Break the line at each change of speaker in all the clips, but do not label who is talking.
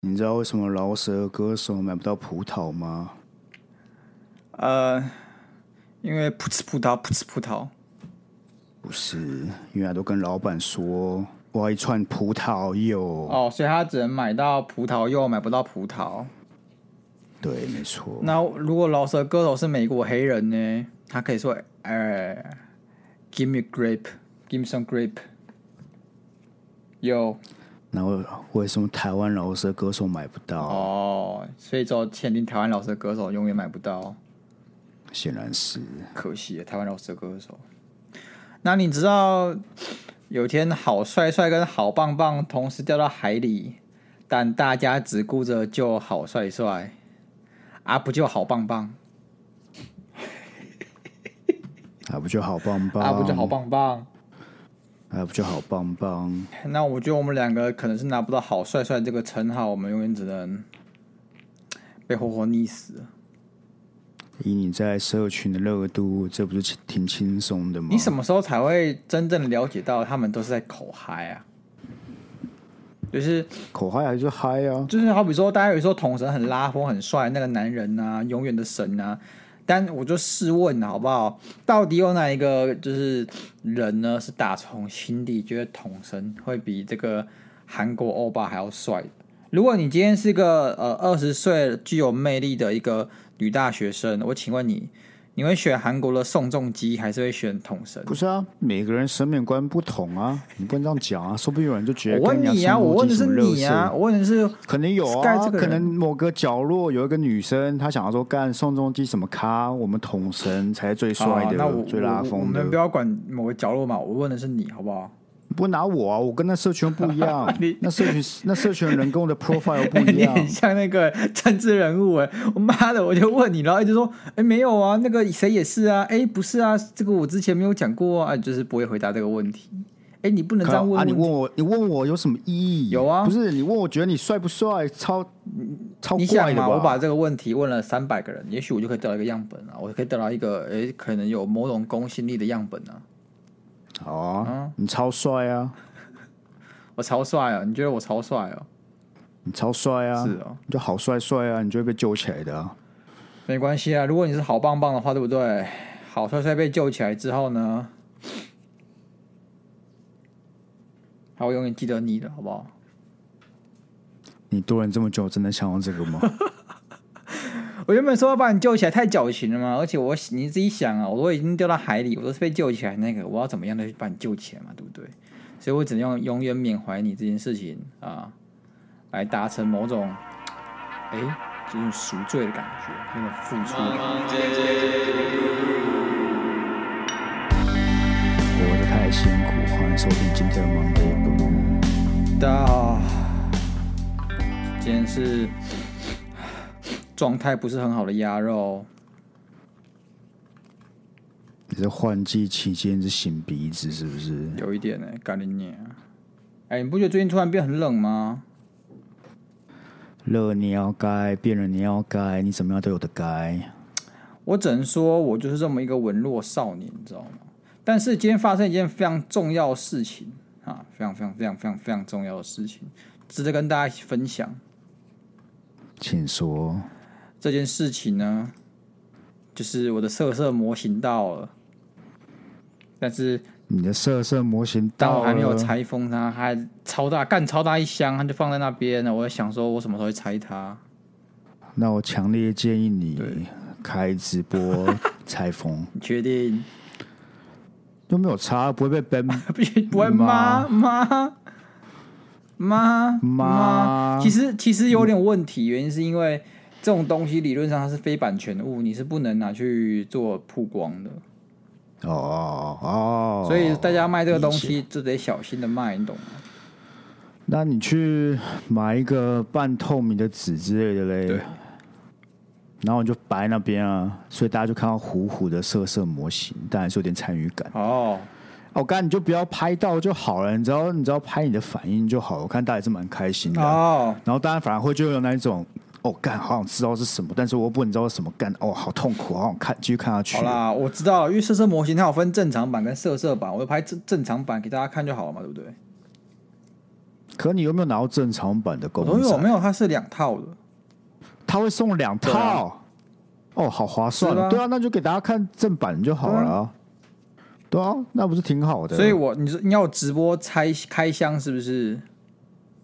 你知道为什么饶舌歌手买不到葡萄吗？
呃，因为噗呲葡萄，噗呲葡萄，
不是，原来都跟老板说我要一串葡萄柚。
哦，所以他只能买到葡萄柚，买不到葡萄。
对，没错。
那如果饶舌歌手是美国黑人呢？他可以说，呃，Give me grape，Give me some grape。有
然后为什么台湾饶舌歌手买不到？
哦，所以只有限定台湾饶舌歌手永远买不到，
显然是
可惜了台湾饶舌歌手。那你知道有天好帅帅跟好棒棒同时掉到海里，但大家只顾着救好帅帅，啊不救好棒棒，
还不就好棒棒？
啊不救好棒棒。
还不就好棒棒？
那我觉得我们两个可能是拿不到“好帅帅”这个称号，我们永远只能被活活溺死。
以你在社群的热度，这不是挺轻松的吗？
你什么时候才会真正了解到他们都是在口嗨啊？就是
口嗨还是嗨啊？
就是，好比说，大家有时候统神很拉风、很帅，那个男人啊，永远的神啊。但我就试问好不好？到底有哪一个就是人呢？是打从心底觉得统神会比这个韩国欧巴还要帅的？如果你今天是个呃二十岁具有魅力的一个女大学生，我请问你，你会选韩国的宋仲基，还是会选统神？
不是啊，每个人审美观不同啊，你不能这样讲啊，说不定有人就觉得
我问
干
你
娘
啊，
宋
我
仲
问
基
的
什
是
么乐
你啊，
色，
我问的是
可能有
Sky
啊，
这个人
可能某个角落有一个女生，她想要说干宋仲基什么咖，我们统神才是最帅
好
的，
啊那我
最拉
我我
风的
们不，要管某个角落嘛， 我问的是你好不好？
你不拿我啊，我跟那社群不一 样
你，
那社群那社群人跟我的 profile 不一
你
样
很，像那个政治人物哎、我 妈的，我就问你，然后一直说，哎、没有啊，那个谁也是啊，哎、不是啊，这个我之前没有讲过啊，就是不会回答这个问题。哎、 你不能这样问
啊！
问
你
题、
问我，你问我有什么意义？
有啊
不是你问我觉得你帅不帅，超超
你
怪
想
的吧？
嘛，我把这个问题问了三百个人，也许我就可以得到一个样本啊，我可以得到一个哎、可能有某种公信力的样本啊。
好啊，你超帅啊，
我超帅哦，你觉得我超帅哦？
你超帅啊，
是哦，
你就好帅帅啊，你就会被救起来的、啊。
没关系啊，如果你是好棒棒的话，对不对？好帅帅被救起来之后呢，他会永远记得你的，好不好？
你多人这么久，真的想要这个吗？
我原本说要把你救起来，太矫情了嘛！而且我你自己想啊，我都已经掉到海里，我都是被救起来那个，我要怎么样的把你救起来嘛，对不对？所以我只能用永远缅怀你这件事情啊，来达成某种，哎，就是赎罪的感觉，那种付出的感觉。
活得太辛苦，欢迎收听今天的 Monday Blue。
到今天是状态不是很好的鸭肉，
你在换季期间是擤鼻子是不是？
有一点呢、咖喱你哎、你不觉得最近突然变很冷吗？
热你要该，变了你要该，你怎么样都有的该。
我只能说，我就是这么一个文弱少年，你知道吗？但是今天发生一件非常重要的事情啊，非常非常非常非常非常重要的事情，值得跟大家一起分享。
请说，
这件事情呢，就是我的色色模型到了，但是
你的色色模型
当
到
我还没有
了
拆封它，它还超大干超大一箱，它就放在那边了。我在想说，我什么时候会拆它？
那我强烈建议
对
你开直播拆 封，
你确定？
都没有差，不会被 ban
不行，不会妈妈妈
妈
其实其实有点问题，原因是因为这种东西理论上它是非版权物，你是不能拿去做曝光的，
哦哦哦。
所以大家卖这个东
理解，
西就得小心的卖，你懂吗？
那你去买一个半透明的纸之类的嘞，然后你就摆那边啊，所以大家就看到糊糊的色色模型，但还是有点参与感。
哦，
哦，刚你就不要拍到就好了，你只要你只要拍你的反应就好，我看大家也是蛮开心的啊。
哦，
然后当然反而会就有那一种，哦，干，好想知道是什么，但是我又不能知道是什么干，哦，好痛苦，好想看，继续看下去。
好啦，我知道了，因为色色模型它有分正常版跟色色版，我就拍正正常版给大家看就好了嘛，对不对？
可你有没有拿到正常版的公
我
仔？
有啊没有？它是两套的，
他会送两
对
套，
啊
哦，好划算、
是吧嗯
对啊，那就给大家看正版就好了、啊。对啊，那不是挺好的？
所以我你说你要我直播拆开箱是不是？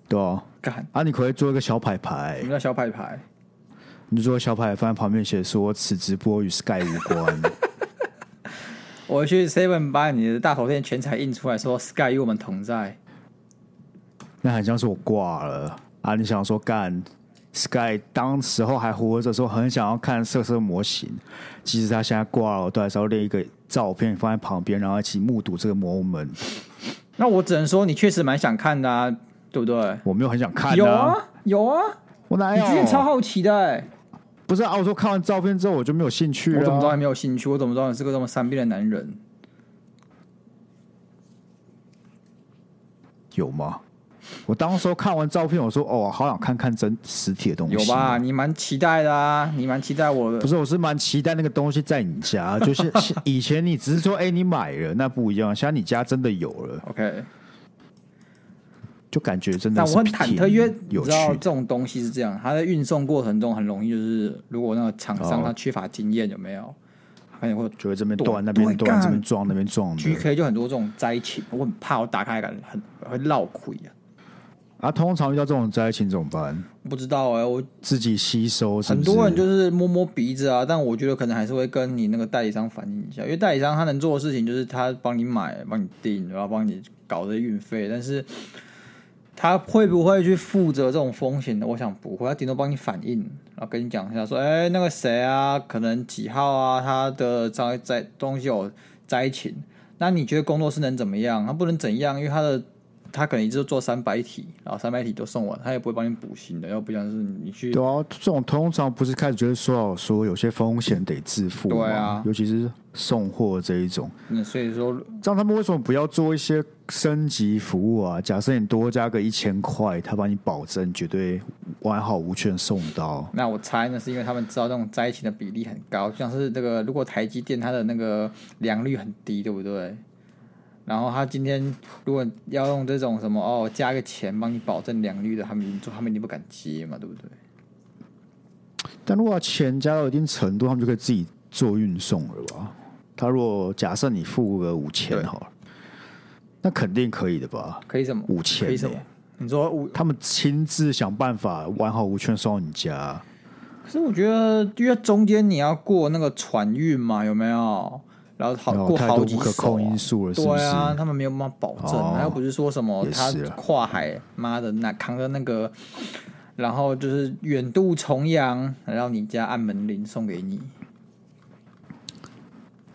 对啊，
干，
啊，你可不可以做一个小牌牌
什，么叫小牌牌？
你就做个小牌牌放在旁边写说此直播与 Sky 无关。
我去 Seven 把你的大头贴全彩印出来说 Sky 与我们同在，
那很像是我挂了啊！你想说干？Sky 当时候还活着的时候，很想要看色色模型，即使他现在挂了，我都还是要列一个照片放在旁边，然后一起目睹这个 moment。
那我只能说你确实蛮想看的啊，对不对？
我没有很想看、哎
有，啊有啊，
我哪
你
有？
之前超好奇的、欸，
不是啊！我说看完照片之后我就没有兴趣啊了。
我怎么知道你没有兴趣？我怎么知道你是个这么三变的男人？
有吗？我当时候看完照片，我说哦，好想看看真实体的东西。啊
有吧？？你蛮期待的啊，你蛮期待我的
不。是，我是蛮期待那个东西在你 家，就是是以前你只是说哎、你买了，那不一样，现在你家真的有了，
OK，
就感觉真的
但
是
我很
挺
忐忑，因为你
有
知
趣
道
的
这。种东西是这样，它在运送过程中很容易就是，如果那个厂商
哦
他缺乏经验，有没有？他也会
就会这边
对
断那边
对
断，
干
这边撞那边撞的。
GK 就很多这种灾情，我很怕我打开感觉很会落亏啊，
啊，通常遇到这种灾情怎么办？
不知道哎、我
自己吸收是不是
很多人就是摸摸鼻子啊，但我觉得可能还是会跟你那个代理商反映一下，因为代理商他能做的事情就是他帮你买、帮你订，然后帮你搞这些运费，但是他会不会去负责这种风险呢？我想不会，他顶多帮你反映，然后跟你讲一下说，哎、那个谁啊，可能几号啊，他的灾灾东西有灾情，那你觉得工作室能怎么样？他不能怎样，因为他的他可能一直都做三百题，然后三百题都送完，他也不会帮你补新的，要不像是你去
对啊，这种通常不是开始就会说好说有些风险得自负
对
嘛
啊
尤其是送货这一种，
嗯，所以说
这样他们为什么不要做一些升级服务啊？假设你多加个一千块，他帮你保证绝对完好无缺地送到。
那我猜呢，是因为他们知道那种灾情的比例很高，像是这个如果台积电它的那个良率很低，对不对？然后他今天如果要用这种什么哦加个钱帮你保证良率的，他们已经做，他们一定不敢接嘛，对不对？
但如果钱加到一定程度，他们就可以自己做运送了吧？他如果假设你付个五千
对
好了，那肯定可以的吧？
可以什么？
五千
可以什
呢
么？你说五？
他们亲自想办法完好无缺地送到你家。
可是我觉得，因为中间你要过那个船运嘛，有没有？然后好、
哦
过
太多
好几
不可
手
控
啊
因素了是不
对啊
是，
他们没有办法保证，
哦
他又不是说什么
也
他
是啊
跨海，妈的那扛着那个，然后就是远渡重洋，然后你家按门铃送给你，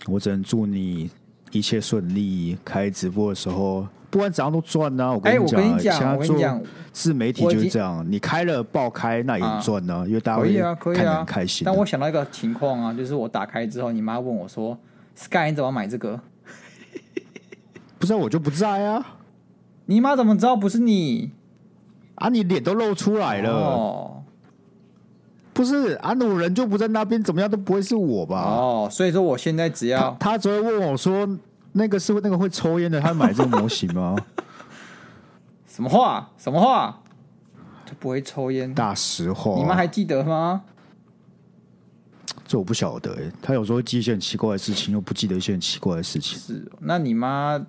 我只能祝你一切顺利。开直播的时候，不管怎样都赚呐、啊！我跟
哎
你
我
讲
跟
啊，
你讲
现在
我跟你
做
讲
自媒体
我已
就是
经
这样，你开了爆开，那也赚呐、啊，因为大家
可以啊，
会
可以
看得
啊
很，开心、
但我想到一个情况啊，就是我打开之后，你妈问我说：“Sky，你怎么买这个？”
不是、啊、我就不在啊！
你妈怎么知道不是你？
啊，你脸都露出来了，
哦
不是啊？那我人就不在那边，怎么样都不会是我吧？
哦，所以说我现在只要
他他只会问我说，那个是那个会抽烟的，他买这个模型 吗？
什么话？什么话？他不会抽烟，
大实话，
你们还记得吗？
这我不晓得、欸，他有时候会记一些很奇怪的事情，又不记得一些很奇怪的事情。
是，哦那你妈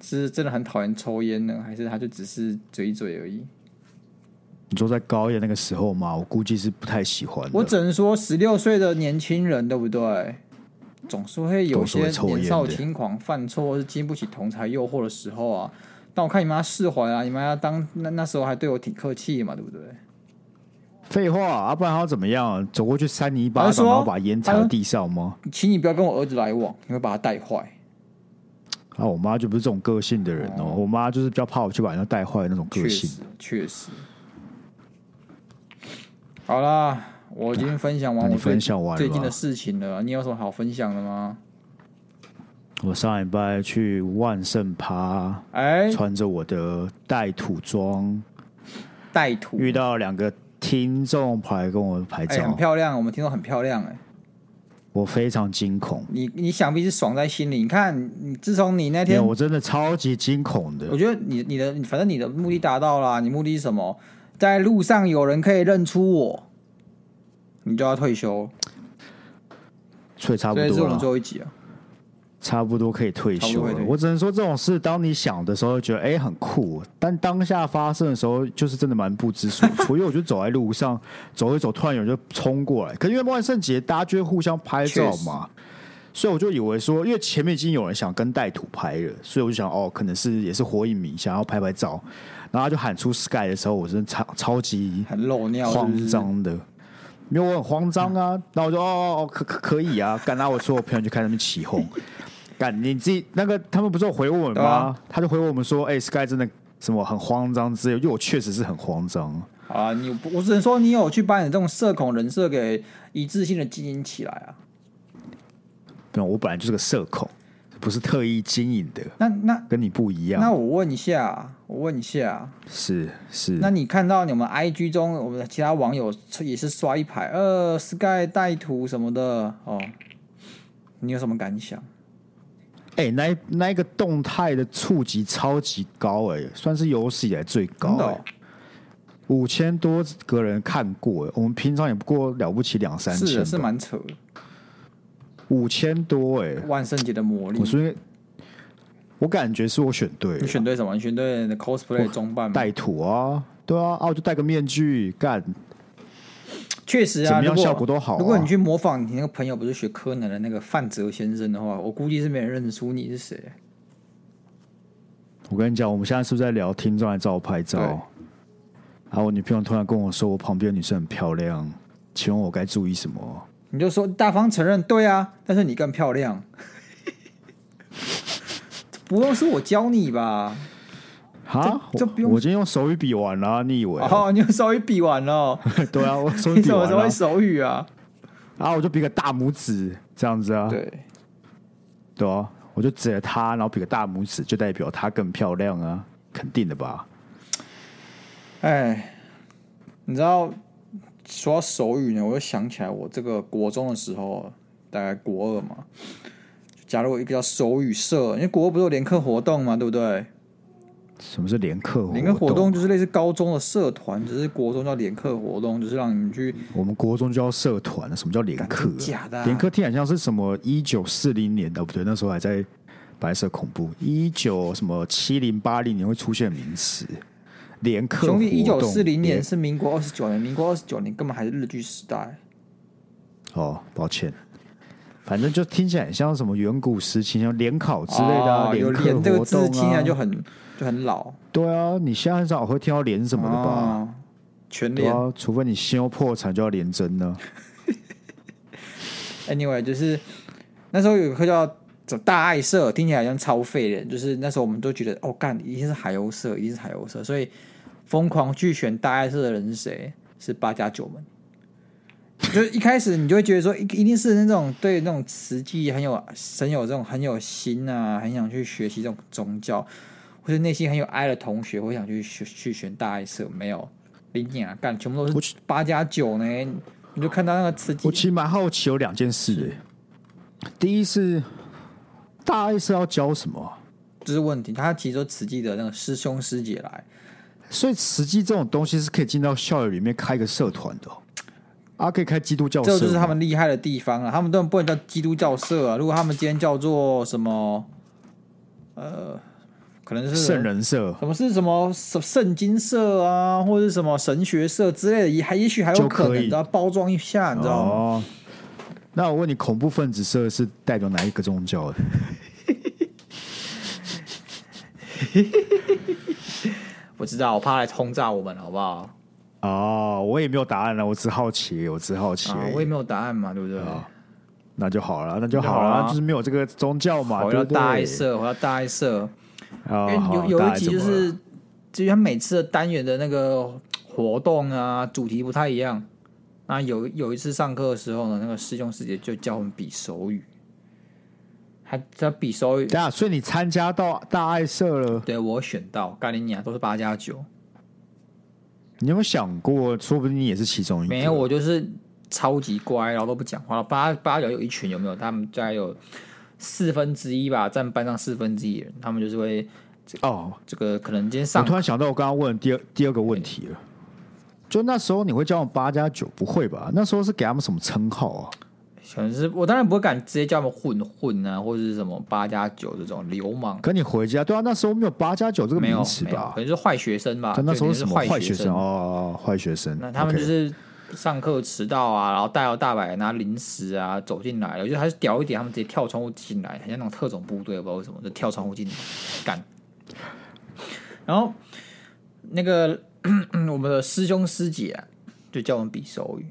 是真的很讨厌抽烟呢，还是她就只是嘴一嘴而已？
嗯你说在高一的那个时候嘛，我估计是不太喜欢的。
我只能说，十六岁的年轻人，对不对？总是会有
总是会
些
抽烟
年少
的
轻狂、犯错或是经不起同财诱惑的时候啊。但我看你妈释怀啊，你妈当那那时候还对我挺客气嘛，对不对？
废话啊，不然他要怎么样？走过去扇你一巴
他就
掌，
说
然后把烟踩到地上吗？
请你不要跟我儿子来往，你会把他带坏。
啊，我妈就不是这种个性的人哦，我妈就是比较怕我去把人家带坏的那种个
嗯确
性
实。，确实。好啦，我已经分享完
那
我
你
最
分享完了
最近的
吧
事情了，你有什么好分享的吗？
我上礼拜去万圣趴，
哎、
穿着我的带土装，
带土，
遇到两个听众跑来跟我拍
哎、
照
很。漂亮，我们听说很漂亮、哎，
我非常惊恐，
你你想必是爽在心里。你看，你自从你那
没
天
有，我真的超级惊恐的
我。觉得你你的反正你的目的达到了啊、你目的是什么？在路上有人可以认出我，你就要退休。
所以差不
所以这是
多
我们最
了，
后一集啊。
差不多可以退
差不
休
多可以
了
退。休
我只能说，这种事当你想的时候，觉得哎、很酷，但当下发生的时候，就是真的蛮不知所措。因为我就走在路上走一走，突然有人就冲过来，可是因为万圣节大家就会互相拍照
嗯
嘛。所以我就以为说，因为前面已经有人想跟带土拍了，所以我就想，哦，可能是也是火影迷想要拍拍照，然后他就喊出 Sky 的时候，我真的超超级
很漏尿是嗯不
慌
是，
张的，因为我很慌张啊。然后我就哦哦哦，可可可以啊，干！然后我所有朋友就开始那边起哄， 干你自己那个他们不是有回我们
对
吗？
啊
他就回我们说，哎、s k y 真的什么很慌张之类的，因为我确实是很慌张。
啊！你我只能说你有去把你这种社恐人设给一致性的经营起来啊。
对，我本来就是个社恐，不是特意经营的，
那那
跟你不一
那
样。
我问一下，我问一下，
是是，
那你看到你们 IG 中我们的其他网友也是刷一排呃 Sky 带图什么的哦，你有什么感想？
哎、那一那一个动态的触及超级高、哎，算是有史以来最高、
真的
哎
哦，
五千多个人看过、哎我们平常也不过了不起两三
是
千
的
吧，
是啊蛮扯的，
五千多哎、
万圣节的魔力
我。说因为，我感觉是我选对
嗯你
了，
选对什么？你选对你的 cosplay 装扮吗？
带土啊，对啊，啊我就戴个面具干，
确实
怎么
啊，如
样
果
效果都好啊
如果你去模仿你那个朋友，不是学柯南的那个范泽先生的话，我估计是没人认出你是谁。
我跟你讲，我们现在是不是在聊听众来照拍照？
对
然后我女朋友突然跟我说，我旁边的女生很漂亮，请问我该注意什么？
你就说大方承认，对啊，但是你更漂亮。 不用是我教你吧？
哈，
这这
我
不用
我今天用手语比完了、你以为啊、
哦，你有手语比完了，哦
对啊，我手
你
语比
什么
完
时候
了
会，手语啊？
然后我就比个大拇指这样子啊，
对，
对啊，我就指着她，然后比个大拇指，就代表她更漂亮啊，肯定的吧？
哎，你知道说到手语呢，我就想起来我这个国中的时候，大概国二嘛，就加入一个叫手语社，因为国二不是有联课活动嘛，对不对？
什么是联课活动？啊
联课活动就是类似高中的社团，只是国中叫联课活动，就是让你们去
我们国中就要社团，什么叫联课、
干真假的啊
联课听起来像是什么一九四零年的，不对，那时候还在白色恐怖，一九什么七零八零年会出现的名词。联课
兄弟，一
活
九
动
四零年
联
是民国二十九年，民国二十九年根本还是日据时代。
哦，抱歉，反正就听起来很像什么远古时期，像联考之类的、啊
哦有“
课
连”这个
活
字
动
听起来
啊，
就很就很老，
对啊，你现在很少会听到联什么的吧？
哦，全
对
脸。
啊，除非你心有破产就要连针呢。
Anyway，就是那时候有一课叫大爱社，听起来好像超废的，就是那时候我们都觉得哦，干一定是海鸥社，一定是海鸥社，所以疯狂去选大爱社的人是谁？是八加九们。就是一开始你就会觉得说，一一定是那种对那种实际很有很有这种很有心啊，很想去学习这种宗教，或者内心很有爱的同学会想去学去选大爱社，没有零点啊，干全部都
我
是
去
八加九呢，你就看到那个刺激
我其实蛮好奇有两件事诶、第一是大爱是要教什么啊？
就是问题，他其实说慈济的那个师兄师姐来，
所以慈济这种东西是可以进到校园里面开一个社团的哦、啊，可以开基督教社
这
吗，
就是他们厉害的地方了。啊他们都不能叫基督教社啊，如果他们今天叫做什么，呃，可能是
圣人社，
什么是什么什圣经社啊，或者是什么神学社之类的，也还也许还有
就
可
可以
能，你知道包装一下，你知道吗？
哦。那我问你，恐怖分子社是代表哪一个宗教的？
我知道，我怕来轰炸我们，好不好？
哦，我也没有答案了，我只好奇，我只好奇
啊
而，已
我也没有答案嘛，对不对？
哦那就好了，那就好了，
好啊
就是没有这个宗教嘛，
我
啊对
要
不对？
大爱社，我要大爱社。
哦，
因为
好
有
大
有
爱
一集
怎么
就
了
是，就是他每次的单元的那个活动啊，主题不太一样。那有有一次上课的时候呢，那个师兄师姐就教我们比手语，他他比手语，
等一下，所以你参加到大爱社了。
对我选到干你娘都是八加九，
你有没有想过，说不定你也是其中一个？
没有我就是超级乖，然后都不讲话，八八角有一群有没有？他们大概有四分之一吧，占班上四分之一人，他们就是会
哦，
这个可能今天
我
上
突然想到我刚刚问的第二第二个问题了，就那时候你会教我八加九？不会吧？那时候是给他们什么称号啊？
可能是我当然不会敢直接叫他们混混啊，或者是什么八加九这种流氓，
可你回家，对啊，那时候没有八加九这个
没有
名词
没有，
吧
可？能是坏学生吧。
但那时候
就一
什
定
么
是
坏
学
学生哦哦，哦坏学生。
那他们
OK
就是上课迟到啊，然后大摇大摆拿零食啊走进来了，我觉得还是屌一点，他们直接跳窗户进来，很像那种特种部队，不知道为什么就跳窗户进来干。然后那个 我们的师兄师姐啊、就叫我们比手语，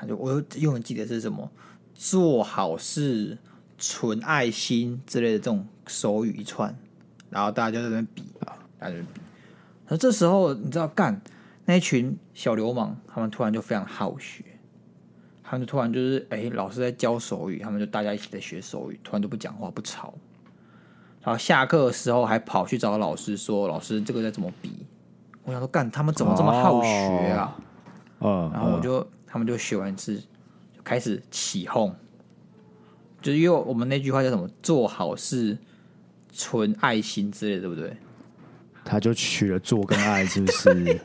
他就我又永远记得是什么做好事、存爱心之类的这种手语一串，然后大家就在那边比，大家就比。那这时候你知道干那一群小流氓，他们突然就非常好学，他们就突然就是哎、老师在教手语，他们就大家一起在学手语，突然就不讲话不吵，然后下课的时候还跑去找老师说，老师这个要怎么比？我想说干他们怎么这么好学啊？
嗯，
然后我
嗯
就、他们就学完字，就开始起哄，就是因为我们那句话叫什么“做好事，存爱心”之类的，对不对？
他就取了做跟爱，是不 是？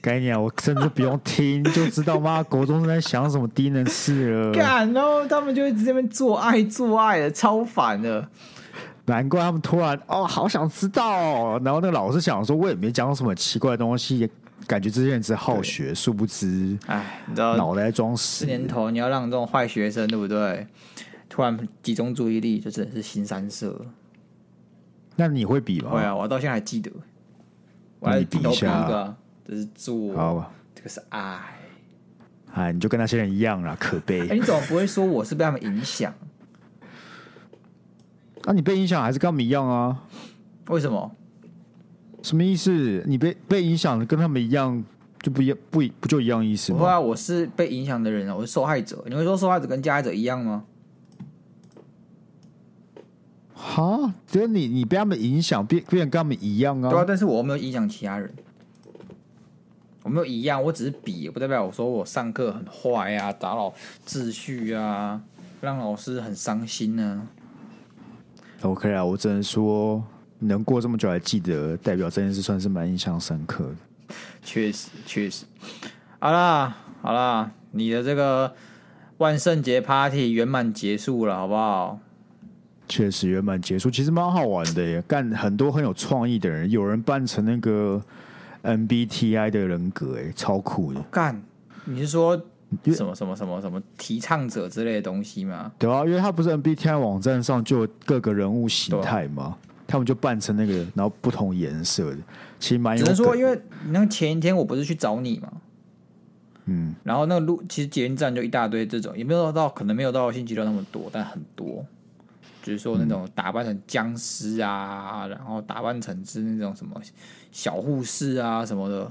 该你啊！我甚至不用听就知道，妈，国中生在想什么低能事了。
干，然后他们就一直在那边做爱做爱的，超烦的。
难怪他们突然哦，好想知道哦、然后那个老师想说，我也没讲什么奇怪的东西，也感觉这些人只是好学，殊不知
哎，你知道
脑袋在装
这
屎。
年头你要让这种坏学生，对不对？突然集中注意力，就真的是新三色了。
那你会比吗？
会啊，我到现在还记得，我还
那你比
记
一
得
下啊
一个啊，这是做，
好吧，
这个是爱。
哎，你就跟那些人一样啦，可悲
哎、。你怎么不会说我是被他们影响？
那、啊你被影响还是跟他们一样啊？
为什么？
什么意思？你被被影响跟他们一样，就不一样不一不就一样意思
不会
吗？
啊，我是被影响的人啊，我是受害者。你会说受害者跟加害者一样吗？
哈，只有你你被他们影响，变变得跟他们一样
对啊，
啊？
但是我没有影响其他人，我没有一样，我只是比，不代表我说我上课很坏啊，打扰秩序啊，让老师很伤心啊。
OK 啊，我只能说，能过这么久还记得，代表这件事算是蛮印象深刻的。
确实，确实。好啦，好啦，你的这个万圣节 party 圆满结束了，好不好？
确实圆满结束，其实蛮好玩的耶。干很多很有创意的人，有人扮成那个 MBTI 的人格，哎，超酷的，
干，你是说什么什么什么什么提倡者之类的东西吗？
对啊，因为他不是 MBTI 网站上就有各个人物形
啊
态吗？他们就扮成那个，然后不同颜色的，其实蛮有
只
梗的。
能说，因为那前一天我不是去找你嘛，
嗯，
然后那个路其实捷运站就一大堆这种，也没有到可能没有到星期六那么多，但很多，就是说那种打扮成僵尸啊，然后打扮成是那种什么小护士啊什么的，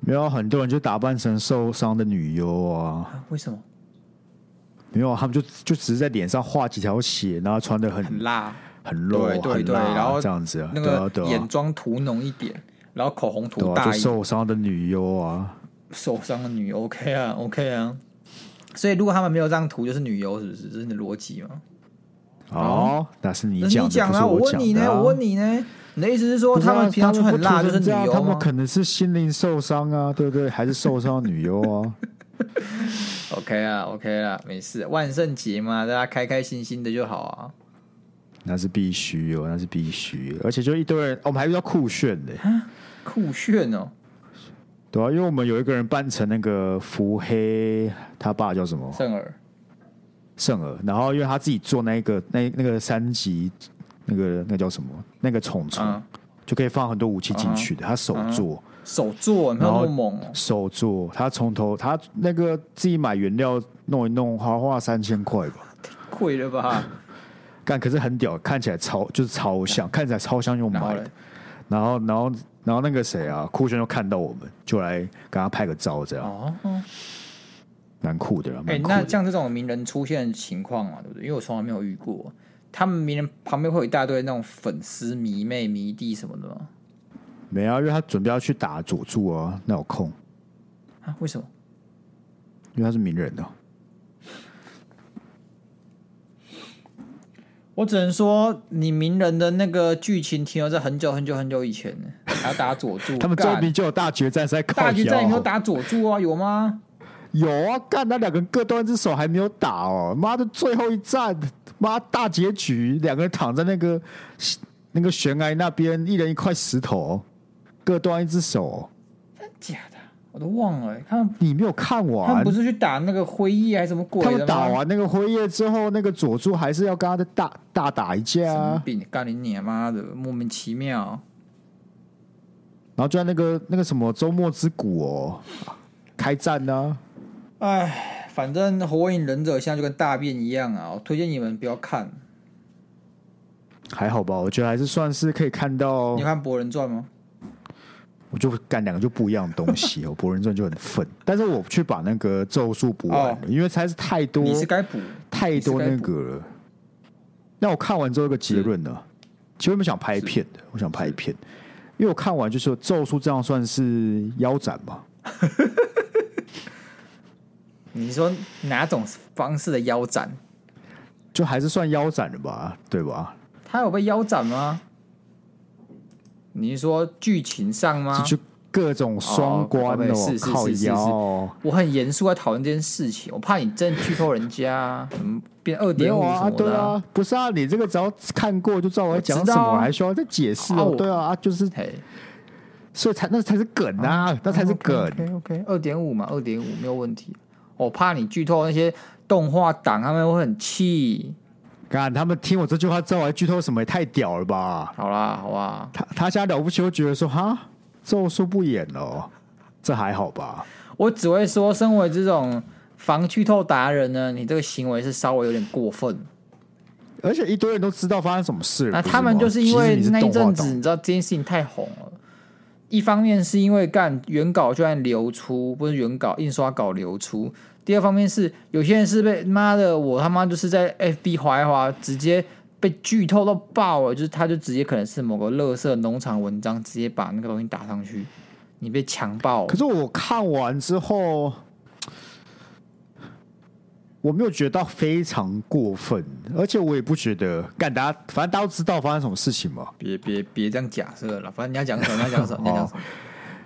没有很多人就打扮成受伤的女优啊，
啊、为什么
没有，啊他们就就只是在脸上画几条血，然后穿的很
很辣？
很露，啊
对对
很
对
辣
然后
这样子啊，
那
对啊
个
对
眼
啊，
妆涂浓一点，然后口红
对
涂
啊，就
大一点，
受伤的女优啊，
受伤的女优 OK 啊 OK 啊，所以如果他们没有这样涂，就是女优是不是？这是你的逻辑吗？
哦，那是你
那
讲
你
的，不是
啊！我问你
讲的
呢，
啊。
我问你呢，你的意思是说
不是啊
他们平常穿很辣
他
就
们
是哦
不涂成
女
这样
优啊
他
吗
们可能是心灵受伤啊，对不对？还是受伤的女优啊？
？OK 啊，OK 啊，没事，万圣节嘛，大家开开心心的就好啊。
那是必须哦，那是必须，而且就一堆人，哦我们还遇到酷炫的，
酷炫哦，
对啊，因为我们有一个人扮成那个伏黑，他爸叫什么
圣儿，
圣儿，然后因为他自己做那个那那个三级那个那叫什么那个虫虫，
嗯，
就可以放很多武器进去的，他手做。
手作有没有那么猛哦？
手做，他从头他那个自己买原料弄一弄，花花三千块吧。
贵了吧？
干，可是很屌，看起来超就是超像，看起来超像用
然后
买
嘞
的。，然后，然后，然后那个谁啊，酷炫就看到我们，就来给他拍个照，这样
哦，
蛮酷的啦，
哎、
蛮酷
那
的。
像这种名人出现的情况啊嘛，对不对？因为我从来没有遇过，他们名人旁边会有一大堆那种粉丝、迷妹、迷弟什么的吗？
没啊，因为他准备要去打佐助啊，那有空。
啊，为什么？
因为他是名人哦。
我只能说，你名人的那个剧情停留在很久很久很久以前，还要打佐助。
他们
干
周笔就有大决战是在靠
大决战有没有
腰
打佐助啊？有吗？
有啊，干那两个人各端一只手还没有打哦，妈的最后一战，妈大结局，两个人躺在那个那个悬崖那边，一人一块石头，各端一只手，
真假的？我都忘了、欸他们
你没有看
他们
完
不。是去打那个辉夜还是什么鬼
他
的吗？
们打完那个辉夜之后，那个佐助还是要跟他的大大打一架、
神经
啊，
病，干你娘妈的，莫名其妙。
然后就在那个那个什么周末之谷哦，开战呢、啊。
哎，反正《火影忍者》现在就跟大便一样啊，我推荐你们不要看。
还好吧，我觉得还是算是可以看到
你，看《博人传》吗？
我就干两个就不一样的东 西哦。博人传就很愤，但是我去把那个咒术补完了，因为实在是太多
哦你是该补，
太多那个了。那我看完之后有个结论呢，其实我们想拍片的，我想拍片，因为我看完就是说咒术这样算是腰斩吧，
你说哪种方式的腰斩？
就还是算腰斩了吧，对吧？
他有被腰斩吗？你是说剧情上吗？
就各种双关
啊哦
哦
是，是
靠
是是
腰。
我很严肃在讨论这件事情，我怕你真的剧透人家啊，嗯，变二
没
点
有
五
啊，
什
啊
么
对
的啊。
啊，不是啊，你这个只要看过就知道我在讲
我知
什
道啊
么，还需要再解释
啊
哦
我？
对啊，啊就是
嘿，
所以才那才是梗
哦
啊，那才是梗。
OK OK，二点五嘛，二点五没有问题。我怕你剧透那些动画党，他们会很气。
看他们听我这句话之后还剧透什么，也太屌了吧？
好啦，好吧，
他他现在了不起，我觉得说哈，咒术不演了哦，这还好吧？
我只会说，身为这种防剧透达人呢，你这个行为是稍微有点过分。
而且一堆人都知道发生什么事了，
那
不
啊他们
吗
就是因为
即使你
那
是
一
动画
阵
党
子，你知道这件事情太红了。一方面是因为干原稿就按流出，不是原稿印刷稿流出；第二方面是有些人是被妈的，我他妈就是在 FB 划一划，直接被剧透到爆了，就是他就直接可能是某个乐色农场文章，直接把那个东西打上去，你被强暴了
可。是我看完之后，我没有觉得到非常过分，而且我也不觉得干大家，反正大家都知道发生什么事情嘛。
别别别这样假设了，反正你要讲什么，你要讲什么，你要讲什么。
哦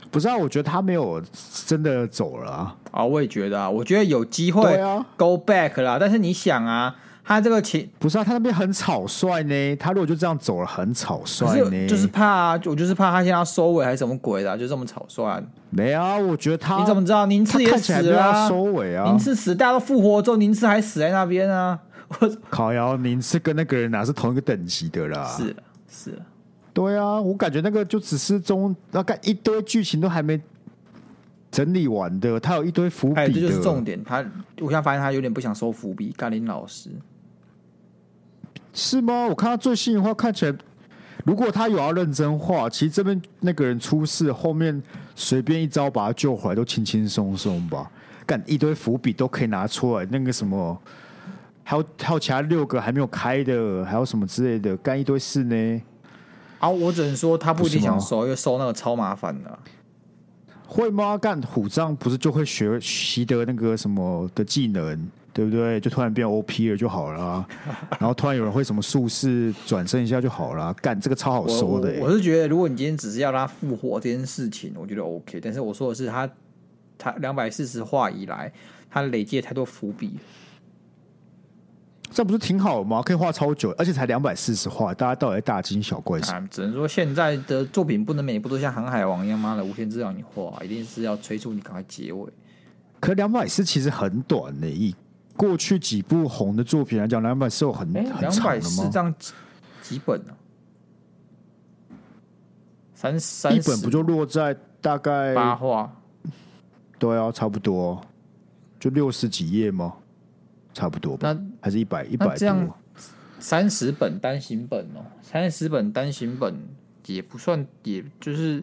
不是啊，我觉得他没有真的走了啊。
啊，我也觉得啊，我觉得有机会
对啊
go back 啦。但是你想啊，他这个情，
不是啊，他那边很草率呢。他如果就这样走了，很草
可
率
是
呢。
就是怕啊，我就是怕他现在要收尾还是什么鬼的啊、就这么草率啊。
没啊，我觉得他
你怎么知道宁
他
次也
看起
死
来没有
了、啊
要？收尾啊
宁？次死，大家都复活之后，宁次还死在那边啊。我
烤窑宁是跟那个人哪是同一个等级的啦？
是啊是啊，
对啊，我感觉那个就只是中大概一堆剧情都还没整理完的，他有一堆伏笔
哎，
的。
这就是重点。他，我现在发现他有点不想收伏笔。甘霖老师，
是吗？我看他最新的话看起来，如果他有要认真画，其实这边那个人出事，后面随便一招把他救回来都轻轻松松吧。干一堆伏笔都可以拿出来，那个什么，还有还有其他六个还没有开的，还有什么之类的，干一堆事呢。
啊，我只能说他不一定
不是吗
想收，因为收那个超麻烦的啊、
会吗？干虎杖不是就会学习得那个什么的技能，对不对？就突然变 OP 了就好了啊、然后突然有人会什么术士转身一下就好了啊、干这个超好
我
收的、欸
我。我是觉得，如果你今天只是要让他复活这件事情，我觉得 OK。但是我说的是他，他两百四十话以来，他累积了太多伏笔。
这不是挺好吗？可以画超久，而且才两百四十画，大家到底在大惊小怪什么？
啊，只能说现在的作品不能每部都像《航海王》一样，妈的无限制让你画，一定是要催促你赶快结尾。
可两百四其实很短呢、以过去几部红的作品来啊讲，两百四有很、
哎、
很
两
长
百
的
四
吗？
张几几本啊？三三
一本不就落在大概
八话？
对啊，差不多，就六十几页吗？差不多吧，
那
还是一百一
那
百
这样
多？
三十本单行本哦，三十本单行本也不算，也就是，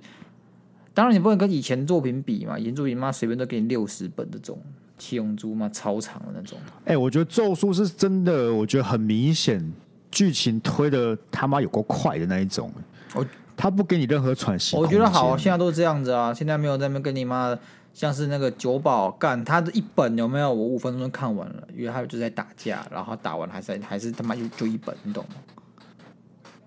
当然你不能跟以前作品比嘛，以前作品妈随便都给你六十本这种，七龙珠嘛超长的那种，
哎、我觉得《咒术》是真的，我觉得很明显，剧情推的他妈有够快的那一种。
我
他不给你任何喘息
我觉得好，
空间
现在都这样子啊，现在没有在那边跟你妈像是那个九保干他的一本有没有？我五分钟就看完了，因为他就是在打架，然后打完还是还是他妈就就一本，你懂吗？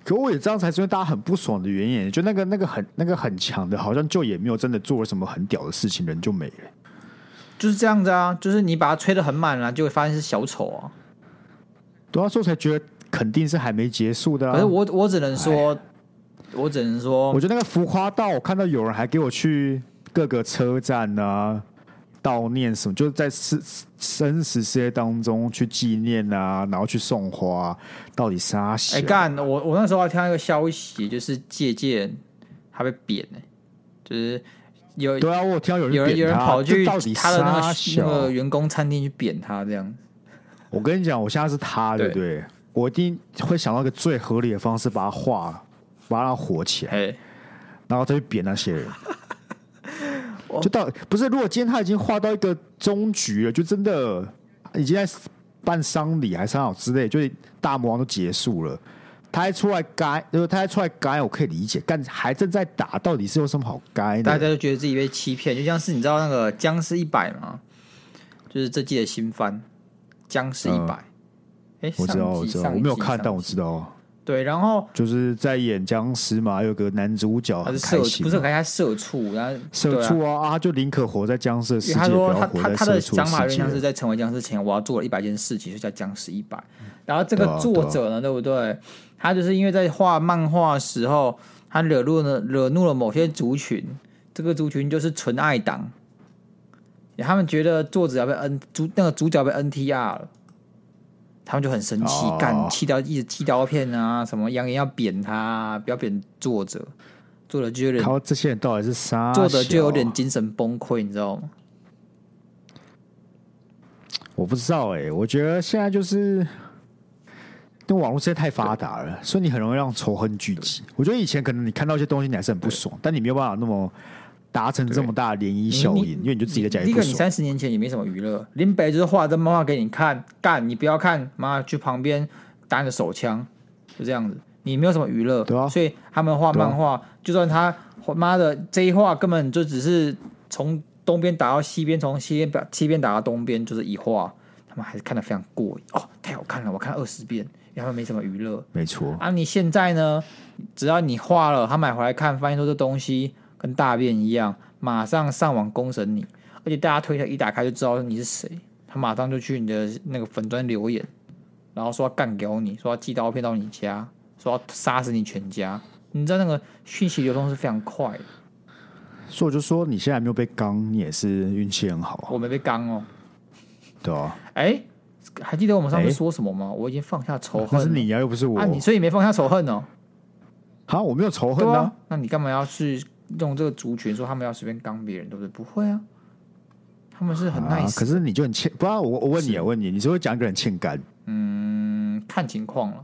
可我也知道，才是因为大家很不爽的原因，就那个那个很那个很强的，好像就也没有真的做了什么很屌的事情，人就没了。
就是这样子啊，就是你把它吹得很满了、就会发现是小丑啊。
对啊，所以我才觉得肯定是还没结束的、啊。
可是我我只能说，我只能说哎
我，觉得那个浮夸到，我看到有人还给我去各个车站啊悼念什么，就是在生生死世界当中去纪念啊，然后去送花、啊到底啥小？
哎干、我我那时候还听到一个消息，就是借鉴他被贬呢、就是有
对啊，我有听到有人
有人
扁
有人
他
跑
这
去
到底
他的那
啥
个
小
那个员工餐厅去扁他这样。
我跟你讲，我现在是他，对不对？我一定会想到一个最合理的方式，把它化，把它火起来，
哎，
然后再去扁那些 人。就到不是，如果今天他已经化到一个终局了，就真的已经在办丧礼还是好之类，就是大魔王都结束了，他还出来该，就是他还出来该，我可以理解，但还正在打，到底是有什么好该
大家
的？
都觉得自己被欺骗，就像是你知道那个《僵尸一百》吗？就是这季的新番《僵尸一百》。哎，
嗯我知道，我
上季
知道，
上一
我没有
季
看，
上
但我
一季
知道，
对，然后
就是在演僵尸嘛，有个男主角
他
很
是
开
社
心，
不是很开心，他社畜，然后
社
对啊
畜啊啊，就宁可活在僵尸的世
因为
界，
他
不
说
要
他
活
他
在
他的
社畜
想法有
世
点
界
像。是在成为僵尸前，我要做了一百件事情，就叫僵尸一百。然后这
对
个
啊
作者呢，对不对？他就是因为在画漫画的时候，他惹怒了惹怒了某些族群，这个族群就是纯爱党。他们觉得作者要被 N 主那个主角被 NTR 了，他们就很生气
哦，
干气到一直气刀片啊，什么扬言要扁他啊，不要扁作者，作者就有点
靠，这些人到底是啥？啊
作者就有点，精神崩溃，你知道吗？
我不知道哎、我觉得现在就是，因为网络世界太发达了，所以你很容易让仇恨聚集。我觉得以前可能你看到一些东西，你还是很不爽，但你没有办法那么达成这么大的涟漪效
你
应，因为呃你就自己在家
第
里
一
不
个，你
爽。
三十年前也没什么娱乐，林北就是画这漫画给你看，干你不要看，妈去旁边打你的手枪，就这样子，你没有什么娱乐，
对啊
所以他们画漫画，就算他妈的这一画根本就只是从东边打到西边，从西边打西边打到东边，就是一画，他们还是看得非常过瘾哦，太好看了，我看二十遍，因为他们没什么娱乐，
没错，
啊，你现在呢？只要你画了，他买回来看，发现说这东西跟大便一样，马上上网公审你，而且大家推特一打开就知道你是谁，他马上就去你的那个粉砖留言，然后说要干掉你，说要寄刀片到你家，说要杀死你全家。你知道那个讯息流通是非常快的，
所以我就说你现在没有被刚，你也是运气很好啊，
我没被刚哦。
对啊，
哎，还记得我们上次
哎
说什么吗？我已经放下仇恨
那哦
了。
是你呀、又不是我。
啊，你所以没放下仇恨哦。
啊，我没有仇恨
对
啊
啊，，那你干嘛要去用这个族群说他们要随便刚别人，对不对？不会啊，他们是很
啊
nice，、
可是你就很欠，不然我我问你，
是
我问你，你是会讲一个人欠干？
嗯，看情况了。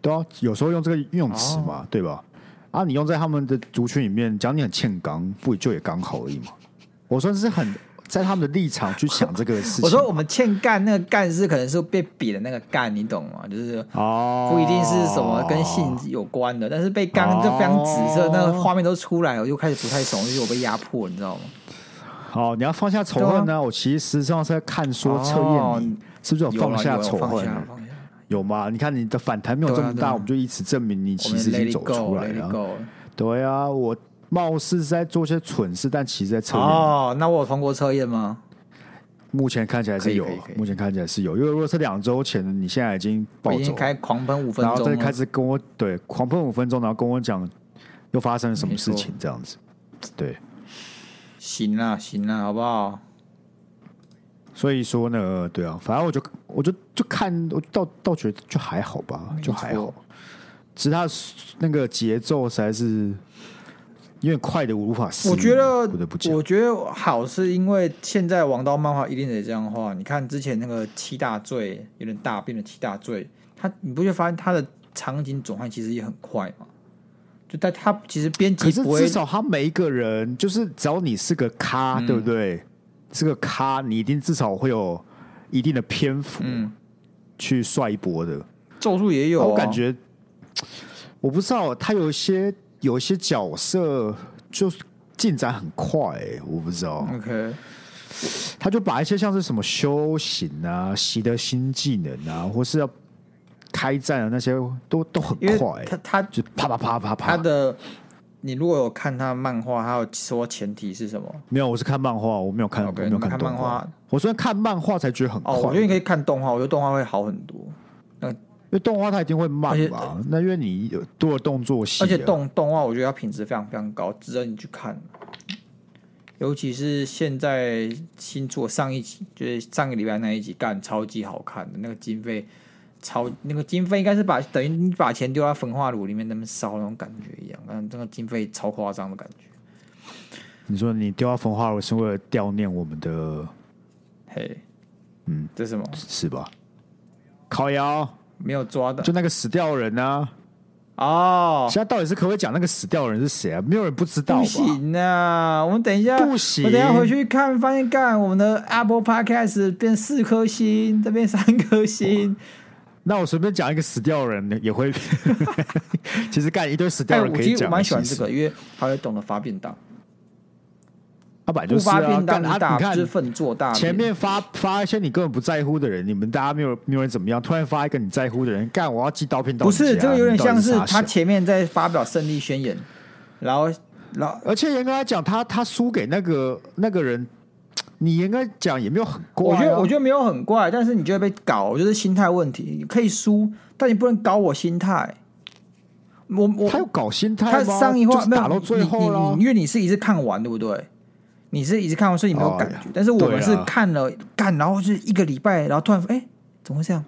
对啊，有时候用这个用词嘛，
哦
对吧？啊，你用在他们的族群里面，讲你很欠刚，不就也刚好而已嘛？我说是很在他们的立场去想这个事情。
我说我们欠干那个干是可能是被比的那个干，你懂吗？就是
哦，
不一定是什么跟性有关的，但是被刚就非常紫色，那个画面都出来了，我就开始不太怂，因为我被压迫，你知道吗？
好，你要放下仇恨呢、啊我其实实际上是在看说测
啊哦
验你、是不是有
有
放
了
下
有了
仇
放
恨
下
了，
放下，
有吗？你看你的反弹没有这
对啊
么
对
大，
啊
我们就以此证明你
我
其
们
实已
let
经
it
走出
go，
来
let
了
it
啊。
go。
对啊，我貌似是在做些蠢事，但其实在测验你。
哦，那我有通过测验吗？
目前看起来
可
是
以
有啊
可以可，以
目前看起来是有，因为如果是两周前，你现在已经暴
我已经
走，
开狂喷五分
然后
钟
再
了
开。始跟我对狂喷五分钟，然后跟我讲又发生了什么事情这样子，对，
行啦，行啦，好不好？
所以说呢，对啊，反正我就我就就看，我倒倒觉得就还好吧，就还好，只是他那个节奏实在是有点快的无法适应，
我觉得
不得不，讲
我，觉得好是因为现在王道漫画一定得这样画。你看之前那个七大罪有点大变的七大罪，他你不就发现他的场景转换其实也很快嘛？就但他其实编
可
辑
是
不
至
会，
少他每一个人，就是只要你是个咖，
嗯
对不对？是个咖，你一定至少会有一定的篇幅
嗯，
去帅一波的。
咒术也有、啊，
我感觉，我不知道他有一些有一些角色，就是进展很快、欸，我不知道。
OK，
他就把一些像是什么修行啊、习得新技能啊，或是要开战啊那些，都都很
因为
快、欸
他他
就啪啪啪啪
他
啪。
的，你如果有看他漫画，他有说前提是什么？
没有，我是看漫画，我没有看
OK，
我没有
你们看
动
漫
画
画。
我虽然看漫画才觉得很快，
哦，我觉得你可以看动画，我觉得动画会好很多。
因为动画它一定会慢
而且
嘛。那因为你有多了动作戏啊，
而且动动画，我觉得它品质非常非常高，值得你去看。尤其是现在新出的上一集，就是上个礼拜那一集，干超级好看的，那个经费超，那个经费应该是把等于你把钱丢到焚化炉里面那么烧那种感觉一样，但这个经费超夸张的感觉。
你说你丢到焚化炉是为了悼念我们的，
嘿，嗯，这是什么？
是吧？烤窑
没有抓到
就那个死掉的人啊，
哦，
现在到底是可不可以讲那个死掉的人是谁啊？没有人不知道吧
不？行啊！我们等一下，
不行
我等一下回去看，发现干我们的 Apple Podcast 变四颗星，这边三颗星，
那我随便讲一个死掉的人也 会， 其实干一堆死掉
但
的
哎
人
我
可
其
以
实我
讲。啊
蛮喜欢这个，，因为他会懂得发便当，
他本来
不
就是
发
啊，
便当
干
你
他
打
你
就是
看
粪做大便
前面发发一些你根本不在乎的人，你们大家没有没有人怎么样，突然发一个你在乎的人，干我要寄刀片到
不
你家
是这个有点像
你
是
到底
他
傻小
前面在发表胜利宣言，然后然后
而且严格来讲，他他输给那个那个人，你严格讲也没有很怪、
我
啊。
觉得我觉
得
得没有很怪，但是你就会被搞，就是心态问题，你可以输，但你不能搞我心态。我我
他有搞心态
他
吗？
上一
就
话
是
没有
打到最后
你你
了
你，因为你是一次看完，对不对？你是一次看完，所以你没有感觉。
哦呀
但是我们是
对啊
看了干，然后就是一个礼拜，然后突然哎、怎么会这样？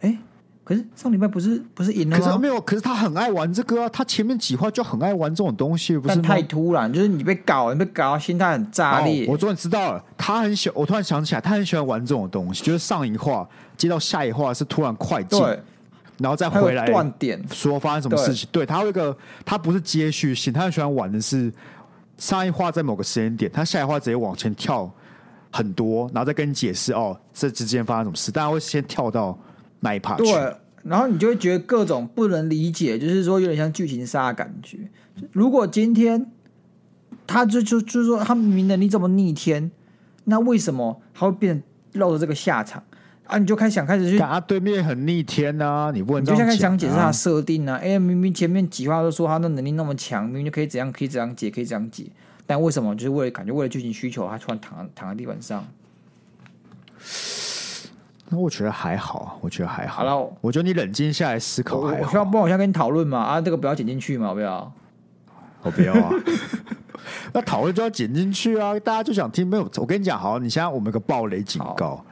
哎、可是上礼拜不是不是赢了
可是
吗
没？有，可是他很爱玩这个啊，他前面几话就很爱玩这种东西，不是
但
吗？
太突然，就是你被搞，你被搞，心态很炸裂。
哦我终于知道了，他很喜，我突然想起来，他很喜欢玩这种东西，就是上一话接到下一话是突然快进，
对，
然后再
还有
回来
断点，
说发生什么事情。对他有一个，他不是接续性，他很喜欢玩的是上一话在某个时间点，他下一话直接往前跳很多，然后再跟你解释哦，这之间发生什么事，但他会先跳到那一 part 去。
对，然后你就会觉得各种不能理解，就是说有点像剧情杀的感觉。如果今天他就就就是说他明明能力这么逆天，那为什么他会变落了这个下场啊？你就开始想开始去，
但他对面很逆天啊，你不能
你
这样
就像开始
讲嗯啊
想解释他的设定啊。哎、明明前面几话都说他的能力那么强，明明就可以怎样可以怎样解可以怎样解，但为什么就是为了感觉为了剧情需求，他突然躺躺在地板上？
那我觉得还好，我觉得还好。
好了
我觉得你冷静下来思考
我
还
我需
好
要。不然我现在跟你讨论嘛啊，这个不要剪进去嘛，要不要。
我不要啊。 那讨论就要剪进去啊，大家就想听。没有，我跟你讲，好，你现在我们有个暴雷警告。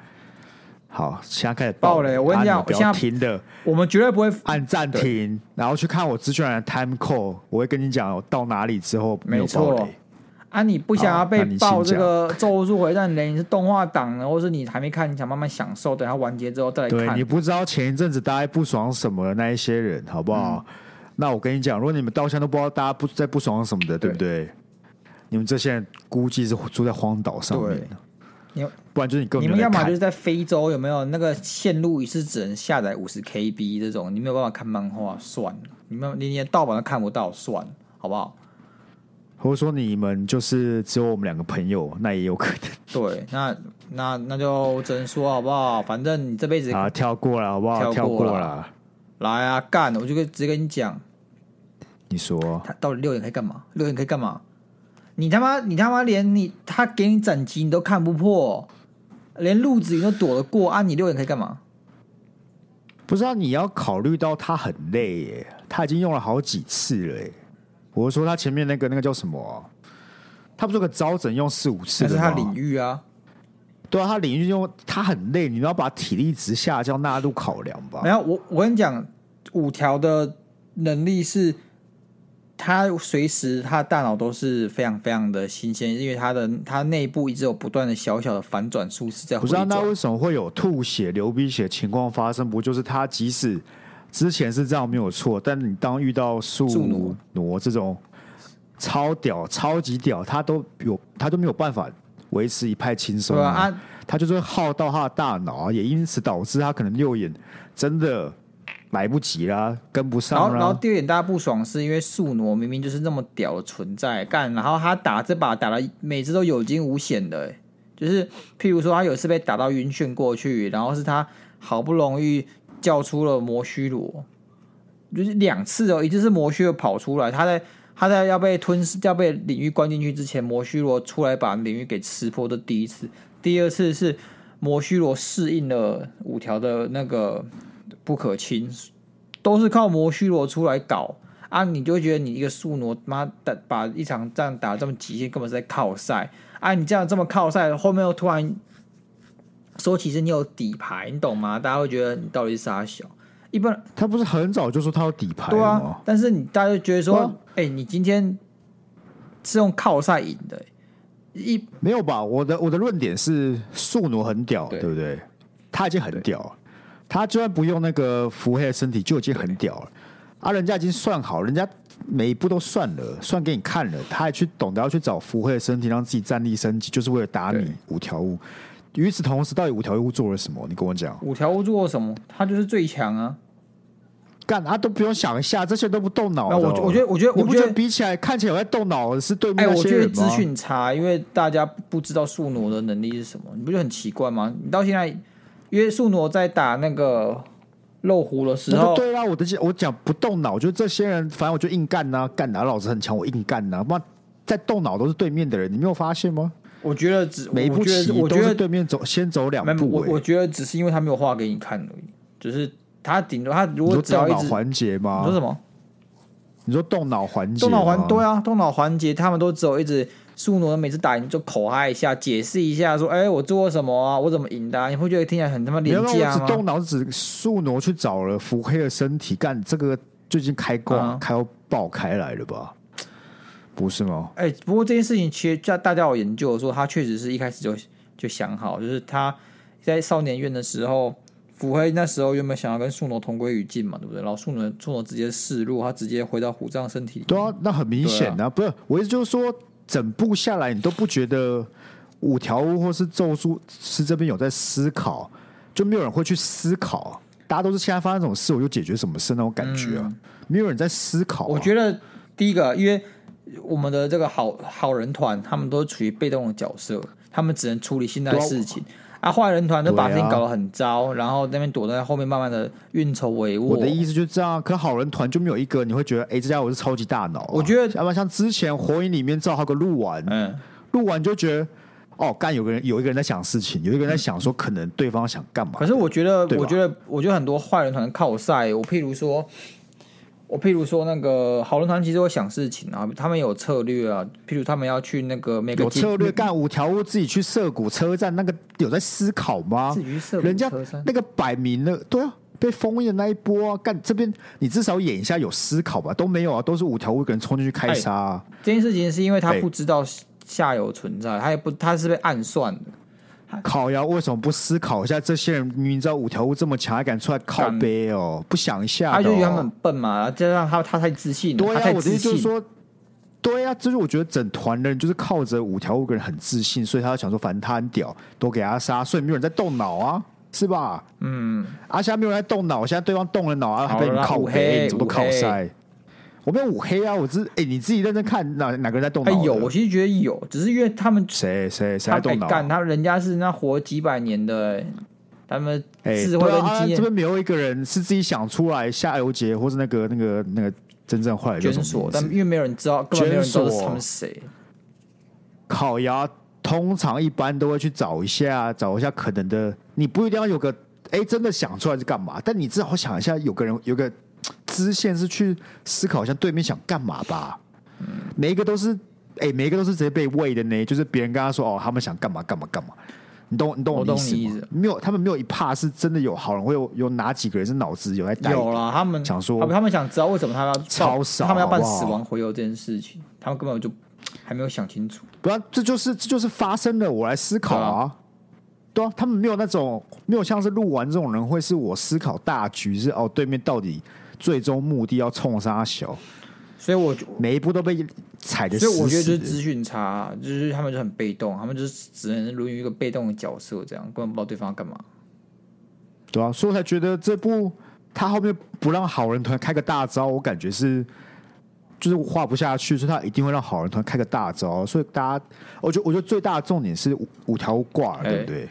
好，现在开始
暴雷我跟
啊
你讲
们不
我
要
现在
听的，
我们绝对不会
按暂停，然后去看我资讯栏的 time code，我会跟你讲到哪里之后没有
没错
暴雷。
啊，你不想要
好
被
那你
爆
请
这个《咒术回战》雷，你是动画党呢，或是你还没看，你想慢慢享受，等它完结之后再来
对
看
你。不知道前一阵子大家不爽什么的那一些人，好不好？
嗯
那我跟你讲，如果你们到现在都不知道大家不在不爽什么的，对不对？你们这些人估计是住在荒岛上面的，
你
不然就是你根
你
本
们
没有
要
在
么
看
就是在非洲有没有那个线路一次只能下载五十 KB 这种，你没有办法看漫画，算了，你们你连盗版都看不到，算了，好不好？
或者说你们就是只有我们两个朋友，那也有可
对，那那那就只能说好不好？反正你这辈子
能啊，跳过了好不好？
跳
跳
过啦
过了，
来啊干，我就跟直接跟你讲，
你说
他到底六点可以干嘛？六点可以干嘛？你他妈，你他妈连你他给你整集你都看不破，连陆子云都躲得过啊！你六点可以干嘛？
不知道你要考虑到他很累耶，他已经用了好几次了耶。我是说他前面那个那个叫什么啊、他不是有个招整用四五次
那
的
是
吗？
他领域啊，
对啊，他领域用他很累，你要把体力值下降纳入考量吧
没。有我我跟你讲，五条的能力是，他随时他的大脑都是非常非常的新鲜，因为他的他内部一直有不断的小小的反转术是在
不
回
知道
转。
那为什么会有吐血、流鼻血情况发生？不就是他即使之前是这样没有错，但你当遇到素
宿奴
奴这种超屌、超级屌，他都有他都没有办法维持一派轻松
对啊，啊
他就是会耗到他的大脑啊，也因此导致他可能右眼真的来不及啦，跟不
然后，
上
然后
啦。
第二点大家不爽是因为宿傩明明就是那么屌的存在，干，然后他打这把打的每次都有惊无险的、欸就是譬如说他有一次被打到晕眩过去，然后是他好不容易叫出了魔须罗，就是两次哦，一次是魔须罗跑出来，他在他在要被吞噬要被领域关进去之前，魔须罗出来把领域给吃破，这第一次，第二次是魔须罗适应了五条的那个不可侵，都是靠魔须罗出来搞啊，你就会觉得你一个宿傩妈打把一场仗打这么极限，根本是在靠赛啊！你这样这么靠赛，后面又突然说其实你有底牌，你懂吗？大家会觉得你到底是傻小，一般人
他不是很早就说他有底牌
对
了
啊
吗？，
但是你大家就觉得
对
说
啊，
哎、你今天是用靠赛赢的、一
没有吧？我的我的论点是素奴很屌，
对
对不对？他已经很屌了，他就算不用那个腹黑的身体，就已经很屌了。啊，人家已经算好，人家每一步都算了，算给你看了，他还去懂得要去找腹黑的身体，让自己战力升级，就是为了打你
对
五条悟。与此同时，到底五条悟做了什么？你跟我讲。
五条悟做了什么？他就是最强啊！
干啊都不用想一下，这些都不动脑的
那
哦。
我我觉得我觉得
你
我
不
觉
觉
得
得比起来看起来有在动脑的是对
哎、
面那
我
些
觉得
人
资
吗？
讯差，因为大家不知道宿傩的能力是什么，你不觉得很奇怪吗？你到现在，因为宿傩在打那个漏壶的时
那就
候，
对啦，啊我的我讲不动脑，就这些人，反正我就硬干呐、干哪、老子很强，我硬干呐、啊不然在动脑都是对面的人，你没有发现吗？
我觉得只
每一
我
步
觉
棋
得我
都
觉
是
得
对面走先走两
没有，
步、
我
欸，
我觉得只是因为他没有画给你看而已，就是他顶多他如
你
果
说
只要
动
一
脑
直
环节
你说
吗？
什么
你说动脑环节
动
吗，
脑环对啊，动脑环节他们都只有一直宿傩每次打赢就口嗨一下，解释一下说哎、我做了什么啊，我怎么赢的、啊，你不觉得听起来很他啊妈
没
廉
有，那
价
我
吗
只？动脑子，素挪去找了腹黑的身体，干这个最近开挂、
啊
开到爆开来了吧？不是吗？
哎、不过这件事情其实大大家有研究说，他确实是一开始就就想好，就是他在少年院的时候，福黑那时候原本想要跟素挪同归于尽嘛，对不对？然后素挪素挪直接示弱，他直接回到虎杖身体里。
对啊，那很明显啊，不是我意思就是说，整部下来你都不觉得五条悟或是咒术师这边有在思考，就没有人会去思考，大家都是现在发生什么事我就解决什么事那种感觉啊，没有人在思考、啊。
嗯我觉得第一个，因为我们的这个好好人团，他们都处于被动的角色，他们只能处理现在的
对啊
事情。啊，坏人团都把事情
对啊
搞得很糟，然后那边躲在后面，慢慢的运筹帷幄。
我的意思就是这样啊，可好人团就没有一个你会觉得，哎、这家伙是超级大脑啊、
我觉得
要不然像之前火影里面赵浩个鹿丸，
嗯，
鹿丸就觉得，哦，干有个人有一个人在想事情，有一个人在想说可能对方想干嘛，
可是我觉得，
对吧
我觉得，我觉得很多坏人团靠赛，我譬如说，我譬如说那个好人团其实会想事情啊，他们有策略啊，譬如他们要去那个每个啊
有
集
策略，干五条悟自己去涉谷车站，那个有在思考吗
自？己去设
啊人家
车站
那个摆明了，对啊，被封印的那一波啊，干这边你至少演一下有思考吧，都没有啊，都是五条悟一个人冲进去开杀、啊。
这件事情是因为他
对
不知道下游存在，他也不他是被暗算的，哎
烤呀，为什么不思考一下？这些人明明知道五条悟这么强，还敢出来靠背哦？不想一下、哦？
他就觉得他们很笨嘛，加上他他太自信了，
对
他
啊，
太
我的意思
自
就是
信。
说，对啊，就是我觉得整团的人就是靠着五条悟个人很自信，所以他就想说，反正他很屌，都给他杀，所以没有人在动脑啊，是吧？嗯，啊，现在没有人在动脑，现在对方动了脑啊，还被你
好
们
啦
靠
五
背，
黑
你怎么
五
靠
黑
塞？我没有五黑啊，我只哎、你自己认真看哪哪个人在动
哎
脑的？
有，我其实觉得有，只是因为他们
谁谁谁在
他哎
动脑？啊
干，他人家是那活几百年的、他们
哎，
智慧
对
跟
啊，啊
经验
这边没有一个人是自己想出来下游杰或是那个那个那个真正坏人叫什
卷
么
锁，
名字
但因为没有人知道，根本没有人知道
卷
是
锁
他们谁。
烤鸭通常一般都会去找一下，找一下可能的，你不一定要有个哎、真的想出来是干嘛，但你至少想一下，有个人有个嘖支线是去思考一下对面想干嘛吧。每一个都是哎、每一个都是直接被喂的呢，就是别人跟他说哦，他们想干嘛干嘛干嘛。你懂你懂
我
我的
懂
意思
你
吗
意思
没有，他们没有一怕是真的有好人，会有有哪几个人是脑子有在带？
有啦，他们
想说
啊不他们想知道为什么他们要办
超少
他们要办
好不好
死亡回游这件事情，他们根本就还没有想清楚。
不然这就是这就是发生了，我来思考啊。对啊，他们没有那种没有像是录完这种人会是我思考大局是哦，对面到底最终目的要冲杀小，
所以我就
每一步都被踩的死
所以
死的。
我觉得就是资讯差，就是他们就很被动，他们就是只能沦于一个被动的角色，这样根本不知道对方要干嘛。
对啊，所以我才觉得这部他后面不让好人团开个大招，我感觉是就是画不下去，所以他一定会让好人团开个大招。所以大家，我觉得我觉得最大的重点是五五条悟挂了，
哎
对不对？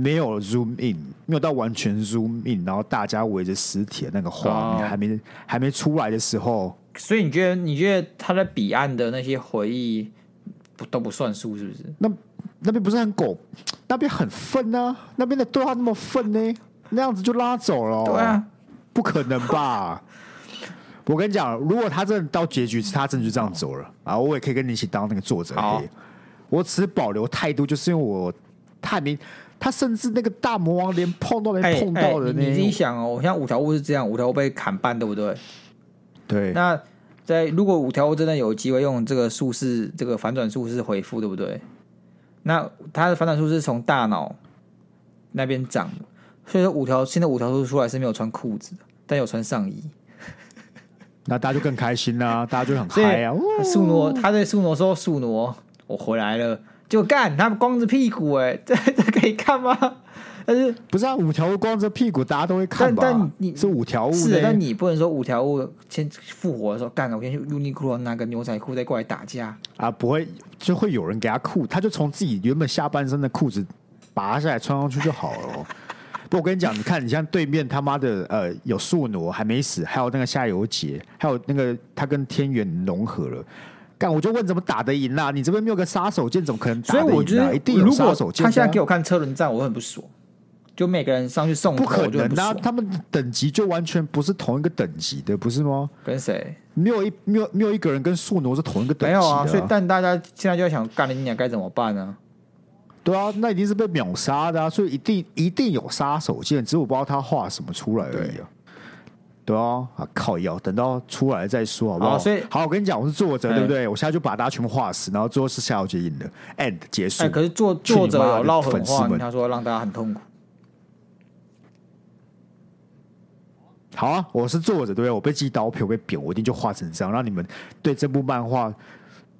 没有 zoom in，没有到完全 zoom in，然后大家围着尸体的那个画面、
哦
还没还没出来的时候，
所以你觉得你觉得他在彼岸的那些回忆不都不算数，是不是？
那那边不是很狗，那边很愤啊，那边的对话那么愤呢、那样子就拉走了、
对啊，
不可能吧？我跟你讲，如果他真的到结局是他真的就这样走了啊，我也可以跟你一起当那个作者
好。
我持保留态度，就是因为我太明，他甚至那个大魔王连碰都没
哎
碰到
哎
的
你你自己
呢。
想哦，像五条悟是这样，五条悟被砍半，对不对？
对，
那在如果五条悟真的有机会用这个术式，这个反转术式回复，对不对？那他的反转术是从大脑那边长的，所以说五条现在五条悟出来是没有穿裤子的，但有穿上衣。
那大家就更开心啦、大家就很
哎所以
嗨啊！哦
素挪他对素挪说：“素挪，我回来了。”就干，他光着屁股、哎， 这这可以看吗？但是欸
不是啊，五条悟光着屁股，大家都会看吧？
但但你
是五条悟
是的，
呢
但你不能说五条悟先复活的时候，干了，我先去 Uniqlo 拿个牛仔裤再过来打架。
啊，不会就会有人给他裤，他就从自己原本下半身的裤子拔下来穿上去就好了哦、 不，我跟你讲，你看，你像对面他妈的，呃，有素挪还没死，还有那个夏油杰，还有那个他跟天元融合了。干，我就问怎么打得赢啦、你这边没有个杀手锏，怎么可能打
所
得
以
赢、啊？
我觉得，
一定有
如
杀
果
手锏、啊。
他现在给我看车轮战，我会很不爽。就每个人上去送头，
不可
我就很
能
不
啊！
爽。
他们等级就完全不是同一个等级的，不是吗？
跟谁？
没有一没有没有一个人跟素挪是同一个等
没
级的、
有啊，所以但大家现在就在想，干了你俩该怎么办呢、
对啊，那一定是被秒杀的啊，所以一定一定有杀手锏，只是我不知道他画什么出来而已啊。对啊，啊靠要等到出来再说好不好？
好所以
好，我跟你讲，我是作者，
哎
对不对？我现在就把大家全部画死，然后最后是夏小姐赢的，end 结束。
哎、可是作
去你
作者
妈
有
的
唠狠
粉丝
话，
们啊
他说让大家很痛苦。
好啊，我是作者，对不对？我被击刀片，我被扁，我一定就画成这样，让你们对这部漫画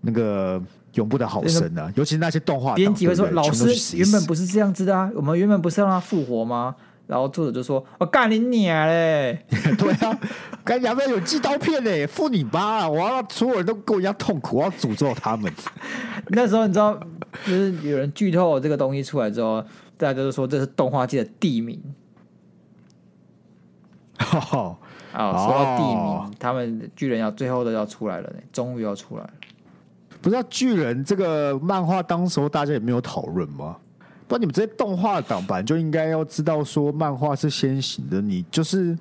那个永不的好生啊，尤其是那些动画党
编辑会说：“
对不对
老
全都去死
师
一
原
死
本不是这样子的啊，我们原本不是让他复活吗？”然后作者就说：“我、干你娘 嘞！
对啊，干娘们有寄刀片嘞、妇女吧、啊！我要让所有人都跟我一样痛苦，我要诅咒他们。
那时候你知道，就是有人剧透这个东西出来之后，大家就说这是动画界的地名
哦，
啊。
哦
说到地名，他们巨人要最后的要出来了、呢，终于要出来了。
不知道巨人这个漫画当时候大家也没有讨论吗？不然你们这些动画党版就应该要知道说漫画是先行的，你就是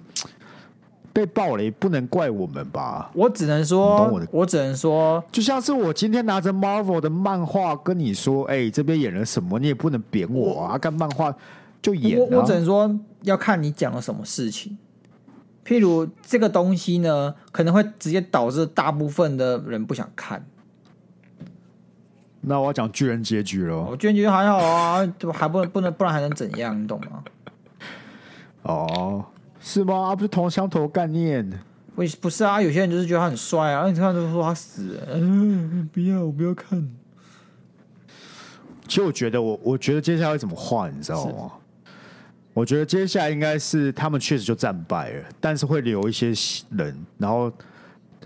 被暴雷不能怪我们吧？
我只能说，
你懂我的
我只能说，
就像是我今天拿着 Marvel 的漫画跟你说，哎、这边演了什么，你也不能扁我啊！干漫画就演、啊，
我我只能说要看你讲了什么事情。譬如这个东西呢，可能会直接导致大部分的人不想看。
那我要讲巨人结局了。
我觉得觉得还好啊，就还不能不能不然还能怎样？你懂吗？
哦，是吗？啊，不是同乡同概念。
不不是啊，有些人就是觉得他很帅啊，然后你看就说他死了，嗯，不要我不要看。
其实我觉得我，我觉得接下来会怎么画，你知道吗？我觉得接下来应该是他们确实就战败了，但是会留一些人，然后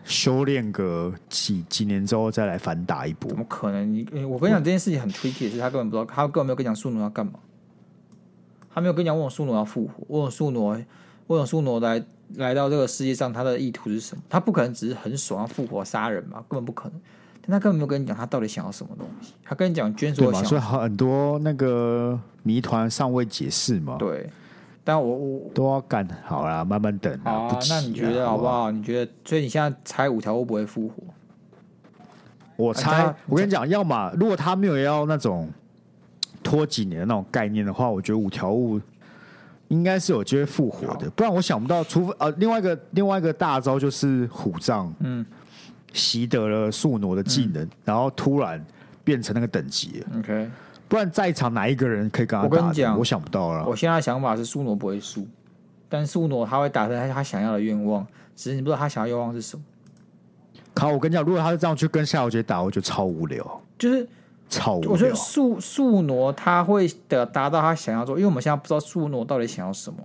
修炼个几几年之后再来反打一波
怎。么可能？你诶我跟你讲这件事情很 tricky 的是，他根本不知道，他根本没有跟你讲素挪要干嘛，他没有跟你讲问我素挪要复活，问我素挪，问我素挪来来到这个世界上他的意图是什么？他不可能只是很爽要复活杀人嘛，根本不可能。但他根本没有跟你讲他到底想要什么东西，他跟你讲娟
对
所
嘛？
想
所以很多那个谜团尚未解释嘛，
对，但我我
都要干好啦，慢慢等
好
啦，
啊
哎不，急
那
啦
你觉得好
好
不？好？你觉得，所以你现在猜五条会不会复活？
我
哎
猜
他，
我跟你讲，要么如果他没有要那种拖几年的那种概念的话，我觉得五条悟应该是有机会复活的。不然我想不到，除非呃，另外一个另外一个大招就是虎杖，
嗯
习得了宿傩的技能，然后突然变成那个等级了，
，OK。
不然在场哪一个人可以跟他
我
打
跟
的？
你讲
我想不到了
我。现在的想法是苏诺不会输，但苏诺他会达成他想要的愿望，只是你不知道他想要愿望是什么。
好，我跟你讲，如果他是这样去跟夏小姐打，我就超无聊，
就是
超无
我觉得
聊。
素素挪他会的达到他想要做，因为我们现在不知道素挪到底想要什么。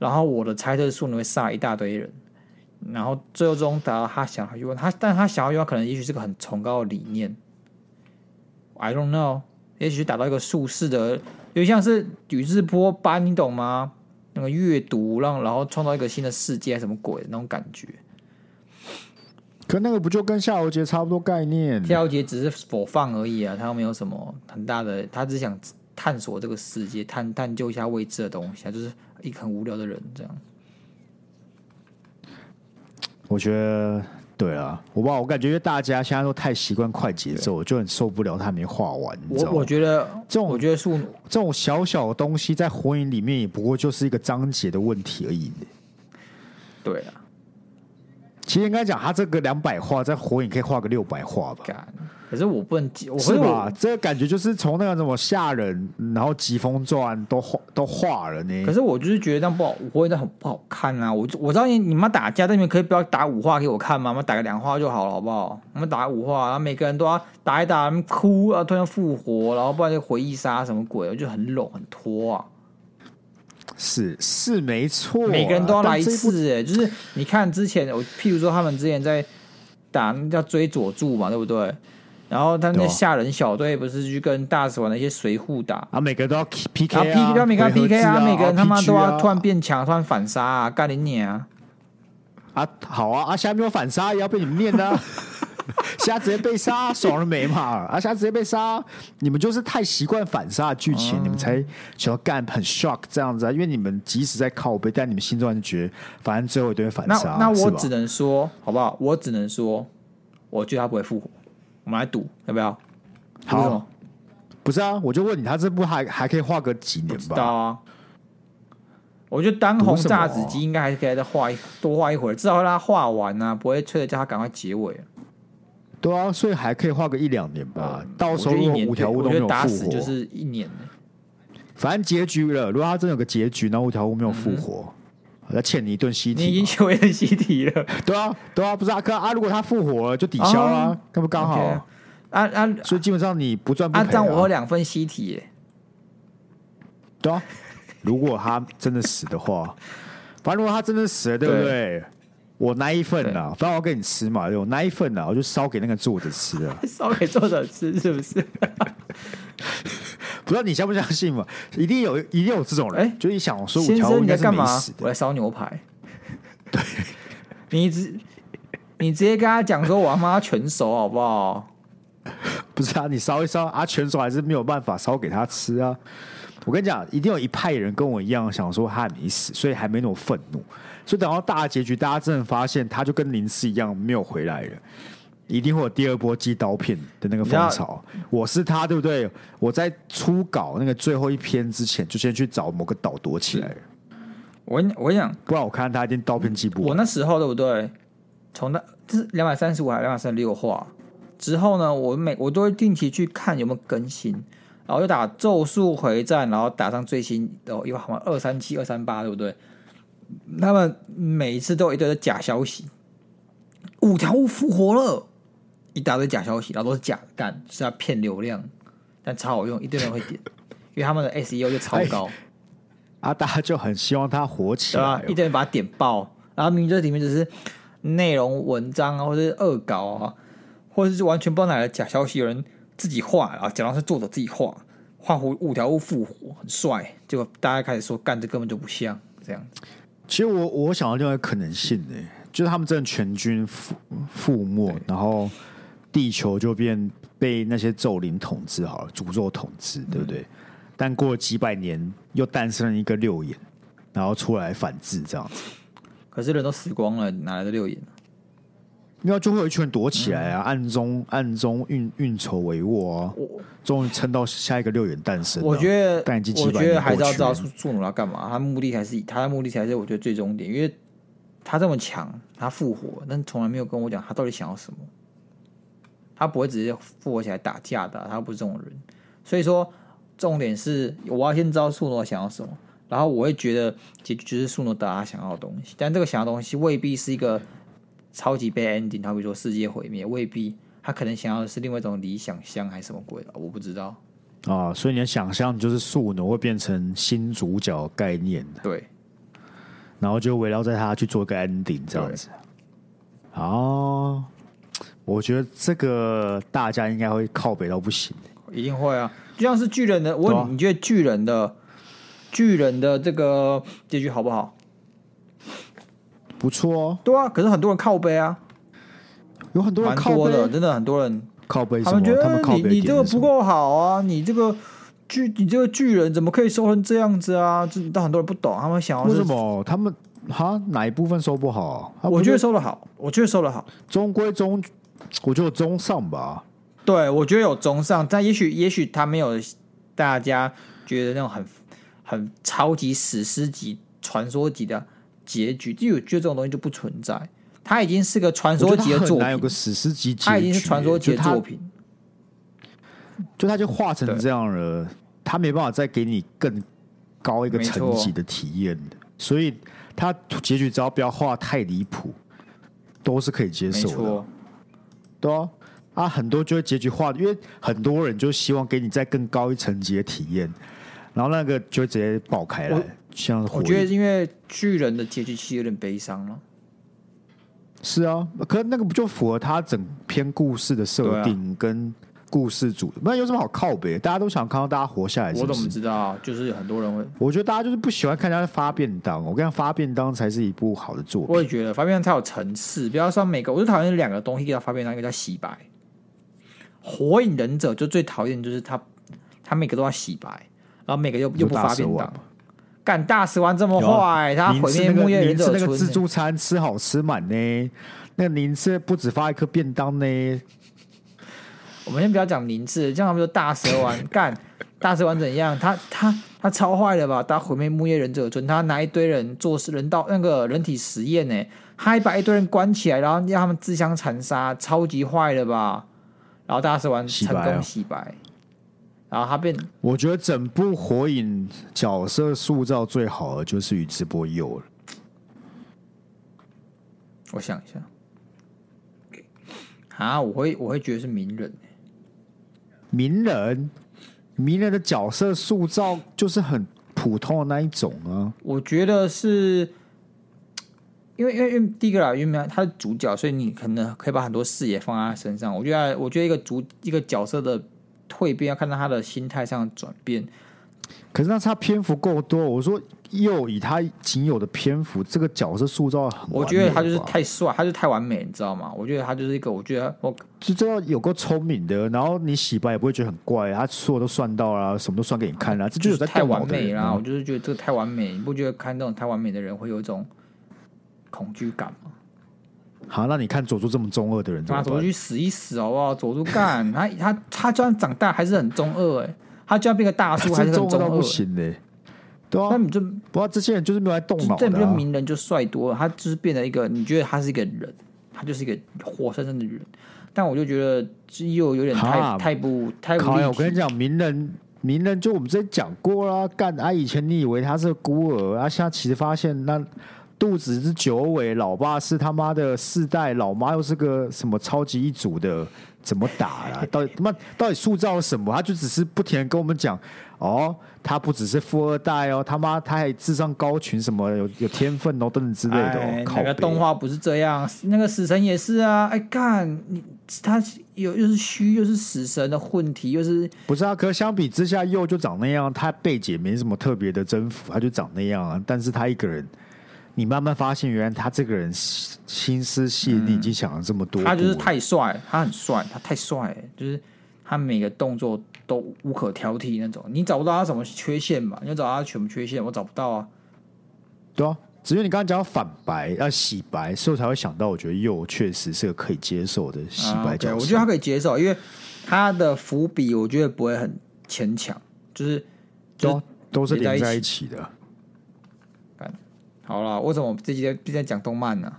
然后我的猜测数呢会杀一大堆人，然后最终达到他想要欲望，他但他想要欲望可能也许是个很崇高的理念，I don't know，也许达到一个术士的，有点像是宇智波斑，你懂吗？那个阅读让然后创造一个新的世界，什么鬼的那种感觉。
可那个不就跟夏侯杰差不多概念？
夏侯杰只是否放而已啊，他又没有什么很大的，他只想探索这个世界，探探究一下未知的东西，他啊就是一个很无聊的人这样。
我觉得对啊，我吧，我感觉大家现在都太习惯快节奏，就很受不了他没画完。你知
我
道
我
吗？
觉得
这种
我觉得是
这种小小的东西在火影里面也不过就是一个章节的问题而已。
对啊，
其实应该讲，他这个两百画在火影可以画个六百画吧。
干。可是我不能接，我
是
我
吧？这个感觉就是从那个什么吓人，然后疾风传都画都画了呢。
可是我就是觉得这样不好，我觉得很不好看啊！我就我知道你你妈打架，但你们可以不要打五话给我看吗？我们打个两话就好了，好不好？我们打五话，然后每个人都要打一打，他们哭啊，突然复活，然后不然就回忆杀什么鬼，我就很冗很拖啊！
是是没错啊，
每个人都要来一
但这部。
次、欸，就是你看之前我，譬如说他们之前在打那叫追佐助嘛，对不对？然后他们
对
那
啊
吓人小队不是去跟大蛇丸那些随护打，
啊，每个人都要 PK
啊 P 对每个人
回合制
PK 啊，每个人他妈
RPG
都要
啊
突然变强，突然反杀啊，干你娘啊！
啊，好啊，啊，虾没有反杀也要被你们念 的、啊，虾直接被杀，爽了没嘛？啊，虾直接被杀，你们就是太习惯反杀的剧情，你们才想要干很 shock 这样子啊，因为你们即使在靠背，但你们心中还是觉得，反正最后一定会反
那
杀，啊
那我
是吧
只能说，好不好？我只能说，我觉得他不会复活。我们来赌，要不要？
好
为什么？
不是啊，我就问你，他这部还还可以画个几年
知道
吧？
啊。我觉得当
赌
红
什么
炸子鸡应该还可以再画一多画一会儿，至少让他画完啊，不会催着叫他赶快结尾。
对啊，所以还可以画个一两年吧。到
我
时
觉
候
得一
如果
年，
五条悟
哦我
都
觉
没
得
有
打
复
死
活，
就是一年。
反正结局了。如果他真的有个结局，然后五条悟没有复活，那、欠你一顿西
嗯你已
体
经
嘛。
求为人习题了，
对啊，对啊，不是啊，可啊，如果他复活了就抵消啦、
哦
那不刚 好
OK 啊啊
所以基本上你不赚不
啊！
赔、
这样我有
啊。
两份习题耶，
对啊，如果他真的死的话，反正如果他真的死了，对不对？
对
我那一份啊，反正我给你吃嘛，对我那一份啊，我就烧给那个作者吃啊。
烧给作者吃是不是？
不知道你相不相信嘛？一定有，一定有这种人，
哎
就是一想说 五
先
条悟
生，
应
你
该
在
是
干
没
嘛
死？
我
的。
在烧牛排。对， 你直你直接跟他讲说，我他妈全熟好不好？
不是啊，你烧一烧啊，拳手还是没有办法烧给他吃啊。我跟你讲，一定有一派人跟我一样想说他还没死，所以还没那么愤怒。所以等到大结局，大家真的发现他就跟林氏一样没有回来了，一定会有第二波寄刀片的那个风潮。我是他，对不对？我在初稿那个最后一篇之前，就先去找某个岛躲起来了，
我跟你我跟你讲，
不然我看他一定刀片寄不
我
完。
那时候对不对？从那这是两百三十五还是两百三十六话之后呢，我每我都会定期去看有没有更新，然后就打《咒术回战》，然后打上最新哦，一好像二三七、二三八，对不对？他们每一次都有一堆的假消息，五条悟复活了，一大堆假消息，然后都是假的干，是要骗流量，但超好用，一堆人会点，因为他们的 SEO 就超高。
啊，大家就很希望他火起
对啊
来
吧、
哦、
一堆人把它点爆，然后明明这里面只是内容文章啊，或者是恶搞啊，或者是完全不知道哪来的假消息，有人自己画，然后假装是作者自己画，画五五条悟复活很帅，结果大家开始说干这根本就不像这样子，
其实我我想到另外一个可能性呢、就是他们真的全军覆覆没，然后地球就变被那些咒灵统治好了，诅咒统治，
嗯
对不对？但过了几百年，又诞生了一个六眼，然后出来反制这样子，
可是人都死光了，哪来的六眼？
因为就会有一群人躲起来啊，
嗯
暗中暗中运运筹帷幄啊，终于撑到下一个六眼诞生啊、
我觉得
但已经，几
我
百
觉
年
得还是
过
要
去
知道
了
助助努要干嘛。他目的还是以他的目的才是我觉得最终点，因为他这么强，他复活，但从来没有跟我讲他到底想要什么。他不会直接复活起来打架的啊、他不是这种人。所以说，重点是我要先知道素诺想要什么，然后我会觉得结局就是素诺达他想要的东西，但这个想要的东西未必是一个超级 bad ending，好比说世界毁灭，未必他可能想要的是另外一种理想乡还是什么鬼的，我不知道。
啊，所以你的想象就是素奴会变成新主角概念，
对，
然后就围绕在他去做个 ending 这样子。哦，我觉得这个大家应该会靠北到不行。
一定会啊！就像是巨人的，我
对
问
啊
你，你觉得巨人的巨人的这个结局好不好？
不错哦，
对啊，可是很多人靠背啊，
有很多人
蛮
啊靠
多的，
背，
真的很多人，
靠背什
他
么？
们觉
他
得
们靠
你
背
你这
点
个
是什
不
么
够好啊，你这个巨你这个巨人怎么可以收成这样子啊？这但很多人不懂，他们想要
为
是
什么他们哈哪一部分收不好？啊
我
不
觉得
是
收的好，我觉得收的好，
中规中，我觉得中上吧。
对我觉得有中上，但也许也许他没有大家觉得那种很很超级史诗级、传说级的结局，就我觉得这种东西就不存在，它已经是个传
我
说
觉得
级的
他很
作
难有个
品，
史诗级结局，
它已经是传说级
就
的
他
作品，
就他就画成
对
这样了，他没办法再给你更高一个
没错
层级的体验的，所以他结局只要不要画太离谱，都是可以接
没
受的。
错，
对啊，啊，很多就会结局化，因为很多人就希望给你再更高一层级的体验，然后那个就会直接爆开来
我，
像是火
我
影
觉得因为巨人的结局其实有点悲伤了，
是啊，可那个不就符合他整篇故事的
对
设
啊
定跟故事主？那有什么好靠北？大家都想看到大家活下来是
我
不
怎么
是？
知道？啊就是有很多人会，
我觉得大家就是不喜欢看人家发便当，我跟你讲，发便当才是一部好的作品。
我也觉得发片它有层次，不要说每个，我就讨厌两个东西，一个叫发片一个叫洗白。火影忍者就最讨厌就是他，他每个都要洗白，然后每个又
你说
又不
大
发
蛇
便
丸
当。干大蛇丸这么坏，啊他
您
毁
吃啊
灭
那个
木叶忍
您吃
者
那个
村
自
欸，
助餐吃好吃满呢，那您吃不止发一颗便当呢，
我们先不要讲名字，这样他们就大 蛇丸干大蛇丸怎样？他他他超坏的吧？他毁灭木叶忍者村，他拿一堆人做事人道那个人体实验呢、他还把一堆人关起来，然后让他们自相残杀，超级坏的吧？然后大蛇丸
洗
成
白啊
功洗白，然后他变
我觉得整部火影角色塑造最好的就是宇智波鼬了。
我想一下，啊，我会我会觉得是鸣人，
鸣人，鸣人的角色塑造就是很普通的那一种啊。
我觉得是。因为因为因为第一个啦，因为他是主角，所以你可能可以把很多视野放在他身上。我觉得，我觉得一个主一个角色的蜕变，要看到他的心态上的转变。
可是那是他篇幅够多，我说又以他仅有的篇幅，这个角色塑造得很完美吧，
我觉得他就是太帅，他就太完美，你知道吗？我觉得他就是一个，我觉得我
就知道有够聪明的，然后你洗白也不会觉得很怪，啊他所有都算到啦，什么都算给你看啊啦，这
嗯
就是
就
有在
太
动脑
完
的
美
人
啦。
啊
我就是觉得这个太完美，你不觉得看这种太完美的人会有一种恐惧感吗？
好，那你看佐助这么中二的人怎
妈，
么
佐助
办？
去死一死好不好？佐助干 他他他就算长大还是很中二哎、他就算变个大叔还
啊这
是
中
很
二
中
到
二、
不
欸。
行嘞、对啊
那，你就
不过这些人就是没有在动
就
脑
这
的、
不就
啊。
名人就帅多了，他就是变了一个，你觉得他是一个人，他就是一个活生生的人，但我就觉得又有点太
哈
太不太无
靠呀！
力
我跟你
体。
讲，名人名人就我们之前讲过啦，干啊！以前你以为他是孤儿，啊，现在其实发现那肚子是九尾，老爸是他妈的四代，老妈又是个什么超级一族的，怎么打 啦？到底他妈到底塑造了什么？他就只是不停的跟我们讲，哦，他不只是富二代哦，他妈他还智商高群什么有有天分哦等等之类的、哦
哎，
靠
哪个
北
动画不是这样？那个死神也是啊！哎，干你他有又是虚又是死神的混体，又是
不是啊，可是相比之下，佑就长那样，他贝姐没什么特别的征服，他就长那样啊。但是他一个人，你慢慢发现，原来他这个人心心思细腻，已经想了这么多、
嗯他就是，太帅，他很帅，他太帅了，就是他每个动作都无可挑剔那种，你找不到他什么缺陷嘛？你要找到他全部缺陷，我找不到啊。
对啊。只是你刚刚讲到反白要洗白，所以我才会想到，我觉得佑确实是个可以接受的洗
啊
白
OK，
角色。
我觉得他可以接受，因为他的伏笔我觉得不会很牵强，就是
都、都是连
连
在
在
一
一
起的。
好了。为什么我们这集在在讲动漫呢、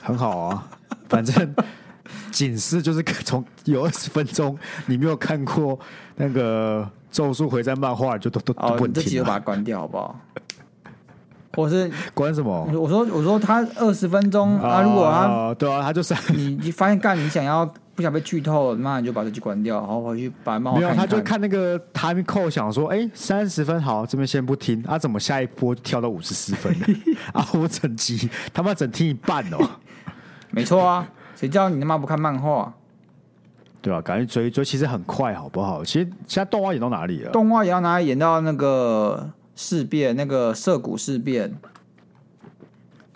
很好啊，反正 警示就是从有二十分钟你没有看过那个《咒术回战》漫画，就都都都
哦，
不能啊
你这集
听
就
了。
把它关掉好不好？或是
关什么？嗯
我说我说他二十分钟啊，如果他
哦对啊，他就是
你你发现干你想要不想被剧透了，妈你就把这集关掉，然后回去把漫画
没有，
哦看一
他
看。
就看那个 time code，想说，哎、三十分好，这边先不听，啊，怎么下一波跳到五十四 分了？啊，我整集他妈整听一半哦，
没错啊，谁叫你他妈不看漫画、
对吧、啊赶紧追追，其实很快，好不好？其实现在动画演到哪里了？
动画也要拿来演到那个事变，那个涉谷事
哎
变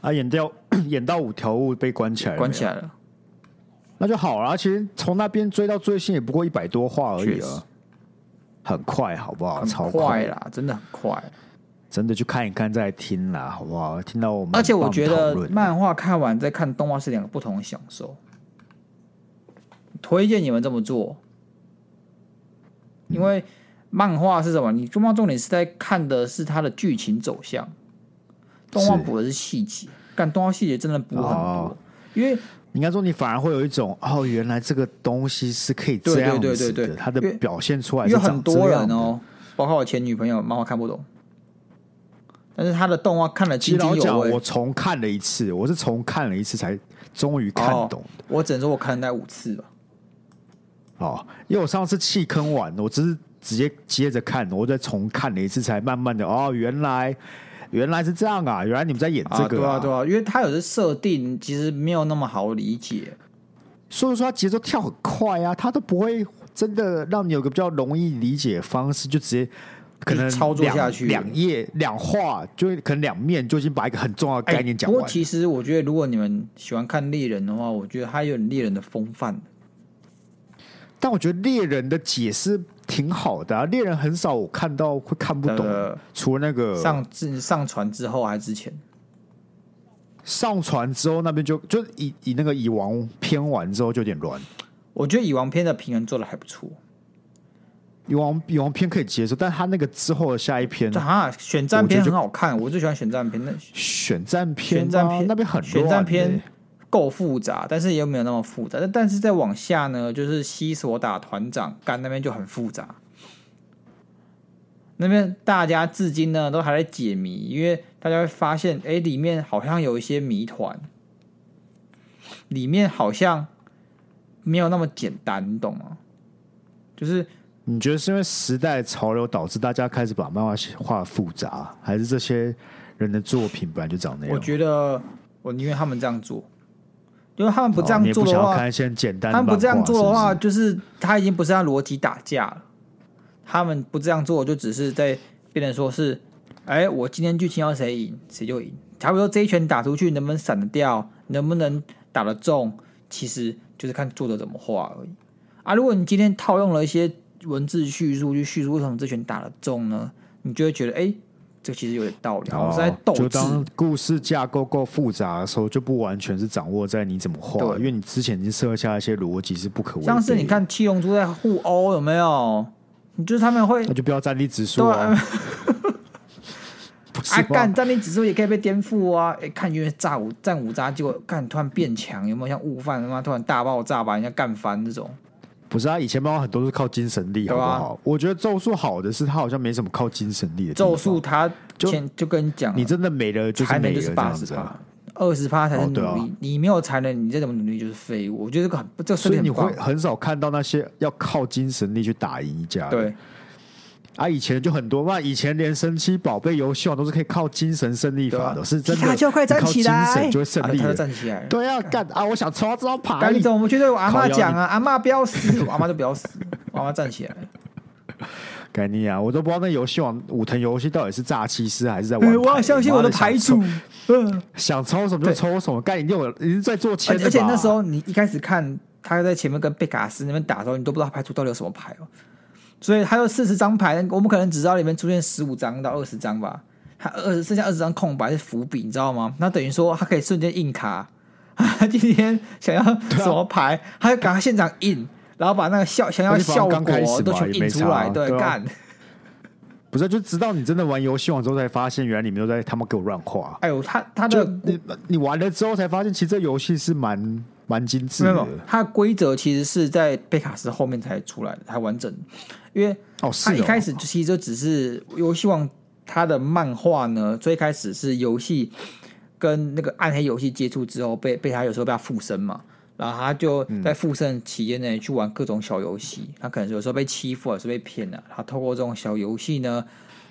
啊，演掉 演到五条悟被关起来，
关起
来，
来了，
那就好了。其实从那边追到最新也不过一百多话而已
确实
啊，很快，好不好？哦超
很快啦，真的很快。
真的去看一看再听啦，好不好？听到我们
而且我
帮
觉
讨
得
论
漫画看完再看动画是两个不同的享受，推荐你们这么做，
嗯
因为漫画是什么？你动画重点是在看的是它的剧情走向，动画
是
补的是细节，但动画细节真的补很
哦
多，因为
应该说，你反而会有一种哦，原来这个东西是可以
对
这
对
样子的，
对对对
它的
因为
表现出来
因
是
为
长这
很多人
样的
哦，，包括我前女朋友，漫画看不懂，但是她的动画看了
其实
津
老
津
实讲，
有味。
我重看了一次，我是重看了一次才终于看懂
哦，我只能说我看了大概五次吧。
哦因为我上次弃坑完，我只是直接接着看，我再重看了一次，才慢慢的哦，原来原来是这样啊，原来你们在演这个、
啊，对啊，对啊，因为它有些设定其实没有那么好理解。
所以说他节奏跳很快啊，他都不会真的让你有个比较容易理解的方式，就直接可能
就操作
两
下去
两页两话，就可能两面就已经把一个很重要的概念讲
不
完
过
了。
其实我觉得，如果你们喜欢看猎人的话，我觉得它有点猎人的风范。
但我觉得猎人的解释挺好的、啊，猎人很少我看到会看不懂，
呃
除了那个
上至上传之后啊还是之前，
上传之后那边就就以以那个蚁王篇完之后就有点乱，
我觉得蚁王篇的平衡做的还不错。
蚁王蚁王篇可以接受，但他那个之后的下一篇
这哈选战篇很好看，我最喜欢选战篇，那
选战篇、啊，
选战篇
那边很乱、欸、
选战篇够复杂，但是也没有那么复杂。但但是再往下呢，就是西索打团长干那边就很复杂。那边大家至今呢都还在解谜，因为大家会发现，哎、里面好像有一些谜团，里面好像没有那么简单，你懂吗？就是
你觉得是因为时代潮流导致大家开始把漫画画复杂，还是这些人的作品本来就长那样？
我觉得，我宁愿他们这样做，因为他们不这
哦你
样
也
做
不
的
想
话，
要看一些简单的
他
漫
们
画，
不这样做的话，
是
就是他已经不是按逻辑打架了。他们不这样做，就只是在变成说是，哎、我今天剧情要谁赢，谁就赢。假如说这一拳打出去，能不能闪得掉，能不能打得中，其实就是看作者怎么画而已。啊，如果你今天套用了一些文字叙述去叙述为什么这拳打得中呢，你就会觉得，哎、这其实有点道理，
不是
我是在
哦
斗
就
智。
当故事架构够复杂的时候，就不完全是掌握在你怎么画，
对
因为你之前已经设下一些逻辑是不可违背的。
像是你看七龙珠在互殴有没有？你就是他们会
那就不要战力指数
对
啊
啊，
不是
啊，
吗
干战力指数也可以被颠覆啊！哎，看因为炸五战五渣，结果干突然变强，有没有像悟饭他妈突然大爆炸把人家干翻这种？
不是啊，以前漫画很多都是靠精神力，好
对
不
啊
好？我觉得咒术好的是它好像没什么靠精神力的地方。
咒术他
就
前就跟你讲了，
你真的没了就是
才能
没
就
了
是
这
八
样
十
子啊
趴。，二十趴才是
哦
努
对啊
力。你没有才能，你再怎么努力就是废物。我觉得这个很这个设
所以
定
你
很
会
棒。
很少看到那些要靠精神力去打赢一家的。
对，啊
啊，以前就很多嘛，以前连神奇宝贝游戏王都是可以靠精神胜利法
对
的，
啊
是真
皮
的。
卡丘快站起来，
你靠精神就会
啊
胜利
他就
的。
站起来了。
对啊，干啊！我想抽到这张牌
赶，紧走，我们去对我阿
靠腰
妈
你
讲啊，阿妈不要死，我阿妈就不要死，我阿妈站 起来了。
干你啊！我都不知道那游戏王武藤游戏到底是诈欺师还是在玩
哎
牌。
我要相信
妈
我的
想
牌
抽
主，。嗯。
想抽什么就
对
抽什么，干你有已经在做签
而
了
且
吧
而且那时候你一开始看他在前面跟贝卡斯那边打的时候，你都不知道他牌组到底有什么牌哦。所以他有四十张牌，我们可能只知道里面出现十五张到二十张吧，他二十剩下二十张空白是伏笔，你知道吗？那等于说他可以瞬间印卡， 他今天想要什么牌，他就赶快现场印，然后把那个效想要
啊而且反
效
正刚开始嘛
果都全部印出
也没差
来，
对啊
干。
不是，就直到你真的玩游戏王之后才发现，原来你们都在他们给我乱画。
哎呦，他他
就
的
你你玩了之后才发现，其实这游戏是蛮蛮精致
没有
的
没有，它的规则其实是在贝卡斯后面才出来的，才完整的，因为
哦，是
他一
哦
开始就其实就只是游戏王他的漫画呢，最开始是游戏跟那个暗黑游戏接触之后被被他有时候被他附身嘛，然后他就在复胜期间内去玩各种小游戏，他可能有时候被欺负，有时候被骗了，他透过这种小游戏呢，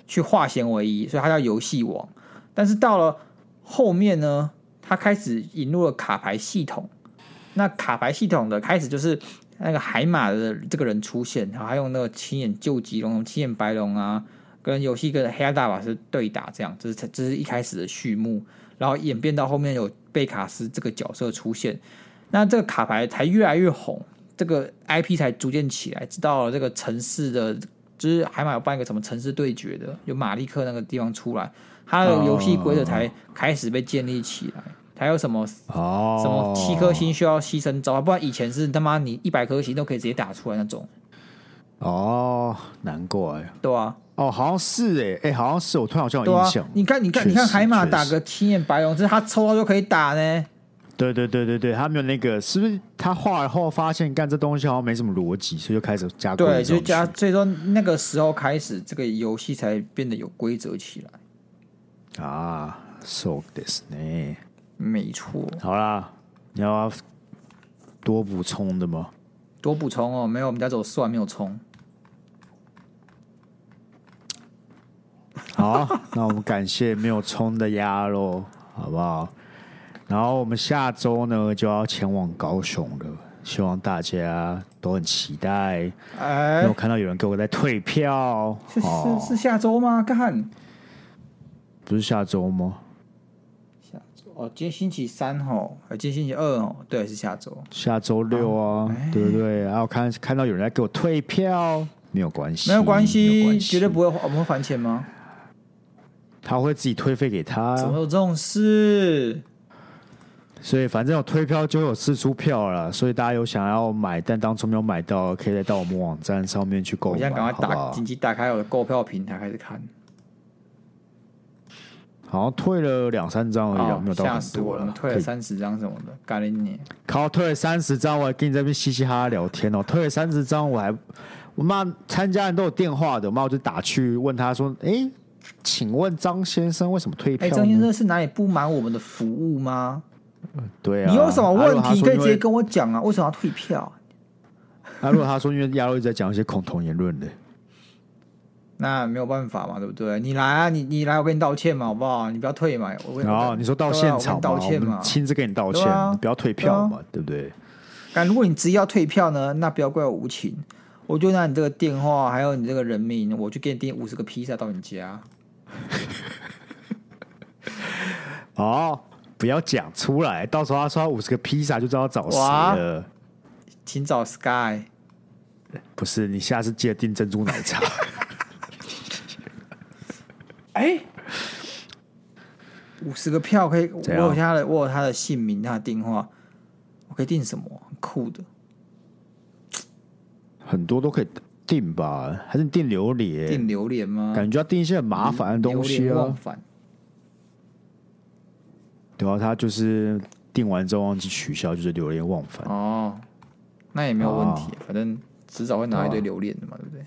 去化险为夷，所以他叫游戏王。但是到了后面呢，他开始引入了卡牌系统。那卡牌系统的开始就是那个海马的这个人出现，然后还用那个青眼救急龙、青眼白龙啊，跟游戏跟黑暗大法师对打，这样这是这是一开始的序幕，然后演变到后面有贝卡斯这个角色出现，那这个卡牌才越来越红，这个 IP 才逐渐起来，直到这个城市的。就是海马有办一个什么城市对决的，有马利克那个地方出来，它的游戏规则才开始被建立起来，才有什么
哦，
什么七颗星需要牺牲招，不然以前是他妈你一百颗星都可以直接打出来那种，
哦，难怪
对啊，
哦，好像是哎、哎、好像是我突然好像
对
有印
啊
象，，
你看你看
确
你看
实
海马
确
打
实
个青眼白龙，这是他抽到就可以打呢，
对对对对对，他没有那个，是不是他画了后发现干这东西好像没什么逻辑，所以就开始加规
对，
则
就加，
上
所以说那个时候开始这个游戏才变得有规则起来，
去啊，so this 呢？
没错。
好啦，你要要多补充的吗？
多补充哦，没有我们家只有蒜没有葱，
好啊，那我们感谢没有冲的鸭喽，好不好？然后我们下周呢就要前往高雄了，希望大家都很期待。因
哎
为我，看到有人给我在退票，
是是
哦，
是下周吗？干，
不是下周吗？
下周哦，今天星期三吼，呃，今天星期二哦，对，是下周。
下周六
哦
啊，
哎
对不对？然后看看到有人在给我退票，没有关系，
没有关
没有
系，
关
绝对不会还，我们会还钱吗？
他会自己退费给他，
怎么有这种事？
所以反正有退票就有试出票了，所以大家有想要买但当初没有买到，可以再到我们网站上面去购
我
买，
现在赶快
好不
打，
好
紧？急打开我的购票平台开始看。
好像退了两三张而已啊，
哦
没有到
吓
很
死
多
我了！
了
我们，退
可
了
以
三十张什么的，干了你！
靠，退了三十张，我还跟你这边嘻嘻哈哈聊天哦。退了三十张，我还我妈参加人都有电话的，我妈我就打去问他说：“诶，请问张先生为什么退
哎，
票呢？”
张先生是哪里不满我们的服务吗？
对啊，
你有什么问
啊
题可以直接。
如果
跟我讲啊？为什么要退票？
他说因为啊如果他说因为亚瑞在讲一些恐同言论的，
那没有办法嘛，对不对？你来啊，你你来，我跟你道歉嘛，好不好？你不要退嘛，我跟
然哦后你说到现场嘛，
对啊我跟你道歉
我
嘛
们亲自跟你道歉，
对啊
你不要退票嘛，对不对？
但如果你执意要退票呢，那不要怪我无情，我就拿你这个电话，还有你这个人名，我就给你订五十个披萨到你家。
哦，不要讲出来，到时候他说他五十个披萨就知道找谁
哇
了。
请找 Sky，
不是，你下次记得订珍珠奶 茶。
哎，五十个票可以，我
怎样
有他的，我有他的姓名，他的电话，我可以订什么？很酷的，
很多都可以订吧，还是你订榴莲？
订榴莲吗？
感觉要订一些很麻烦的东西
榴莲忘
啊。
返
然啊后他就是订完之后忘记取消，就是流连忘返。
哦，那也没有问
啊
题，反正迟早会拿一堆
对啊
榴莲的嘛，对不对？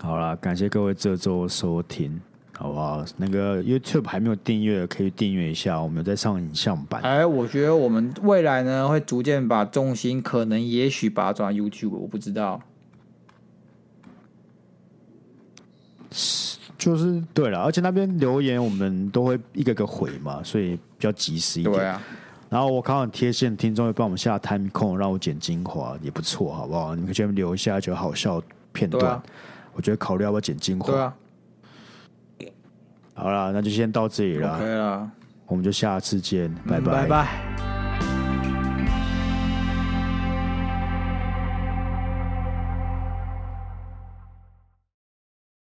好啦，感谢各位这周收听，好不好？那个 YouTube 还没有订阅的，可以订阅一下，我们有在上影像版。
哎，我觉得我们未来呢，会逐渐把重心，可能也许把它转到 YouTube，我不知道。
就是对了，而且那边留言我们都会一个个回嘛，所以比较及时一点。
对啊，
然后我刚好很贴心，听众会帮我们下 time 控，让我剪精华，也不错，好不好？你们可以去那边留一下，觉得好笑的片段，
对啊
我觉得考虑要不要剪精华。
对啊
好啦，那就先到这里了
，OK 了，
我们就下次见，拜
嗯拜拜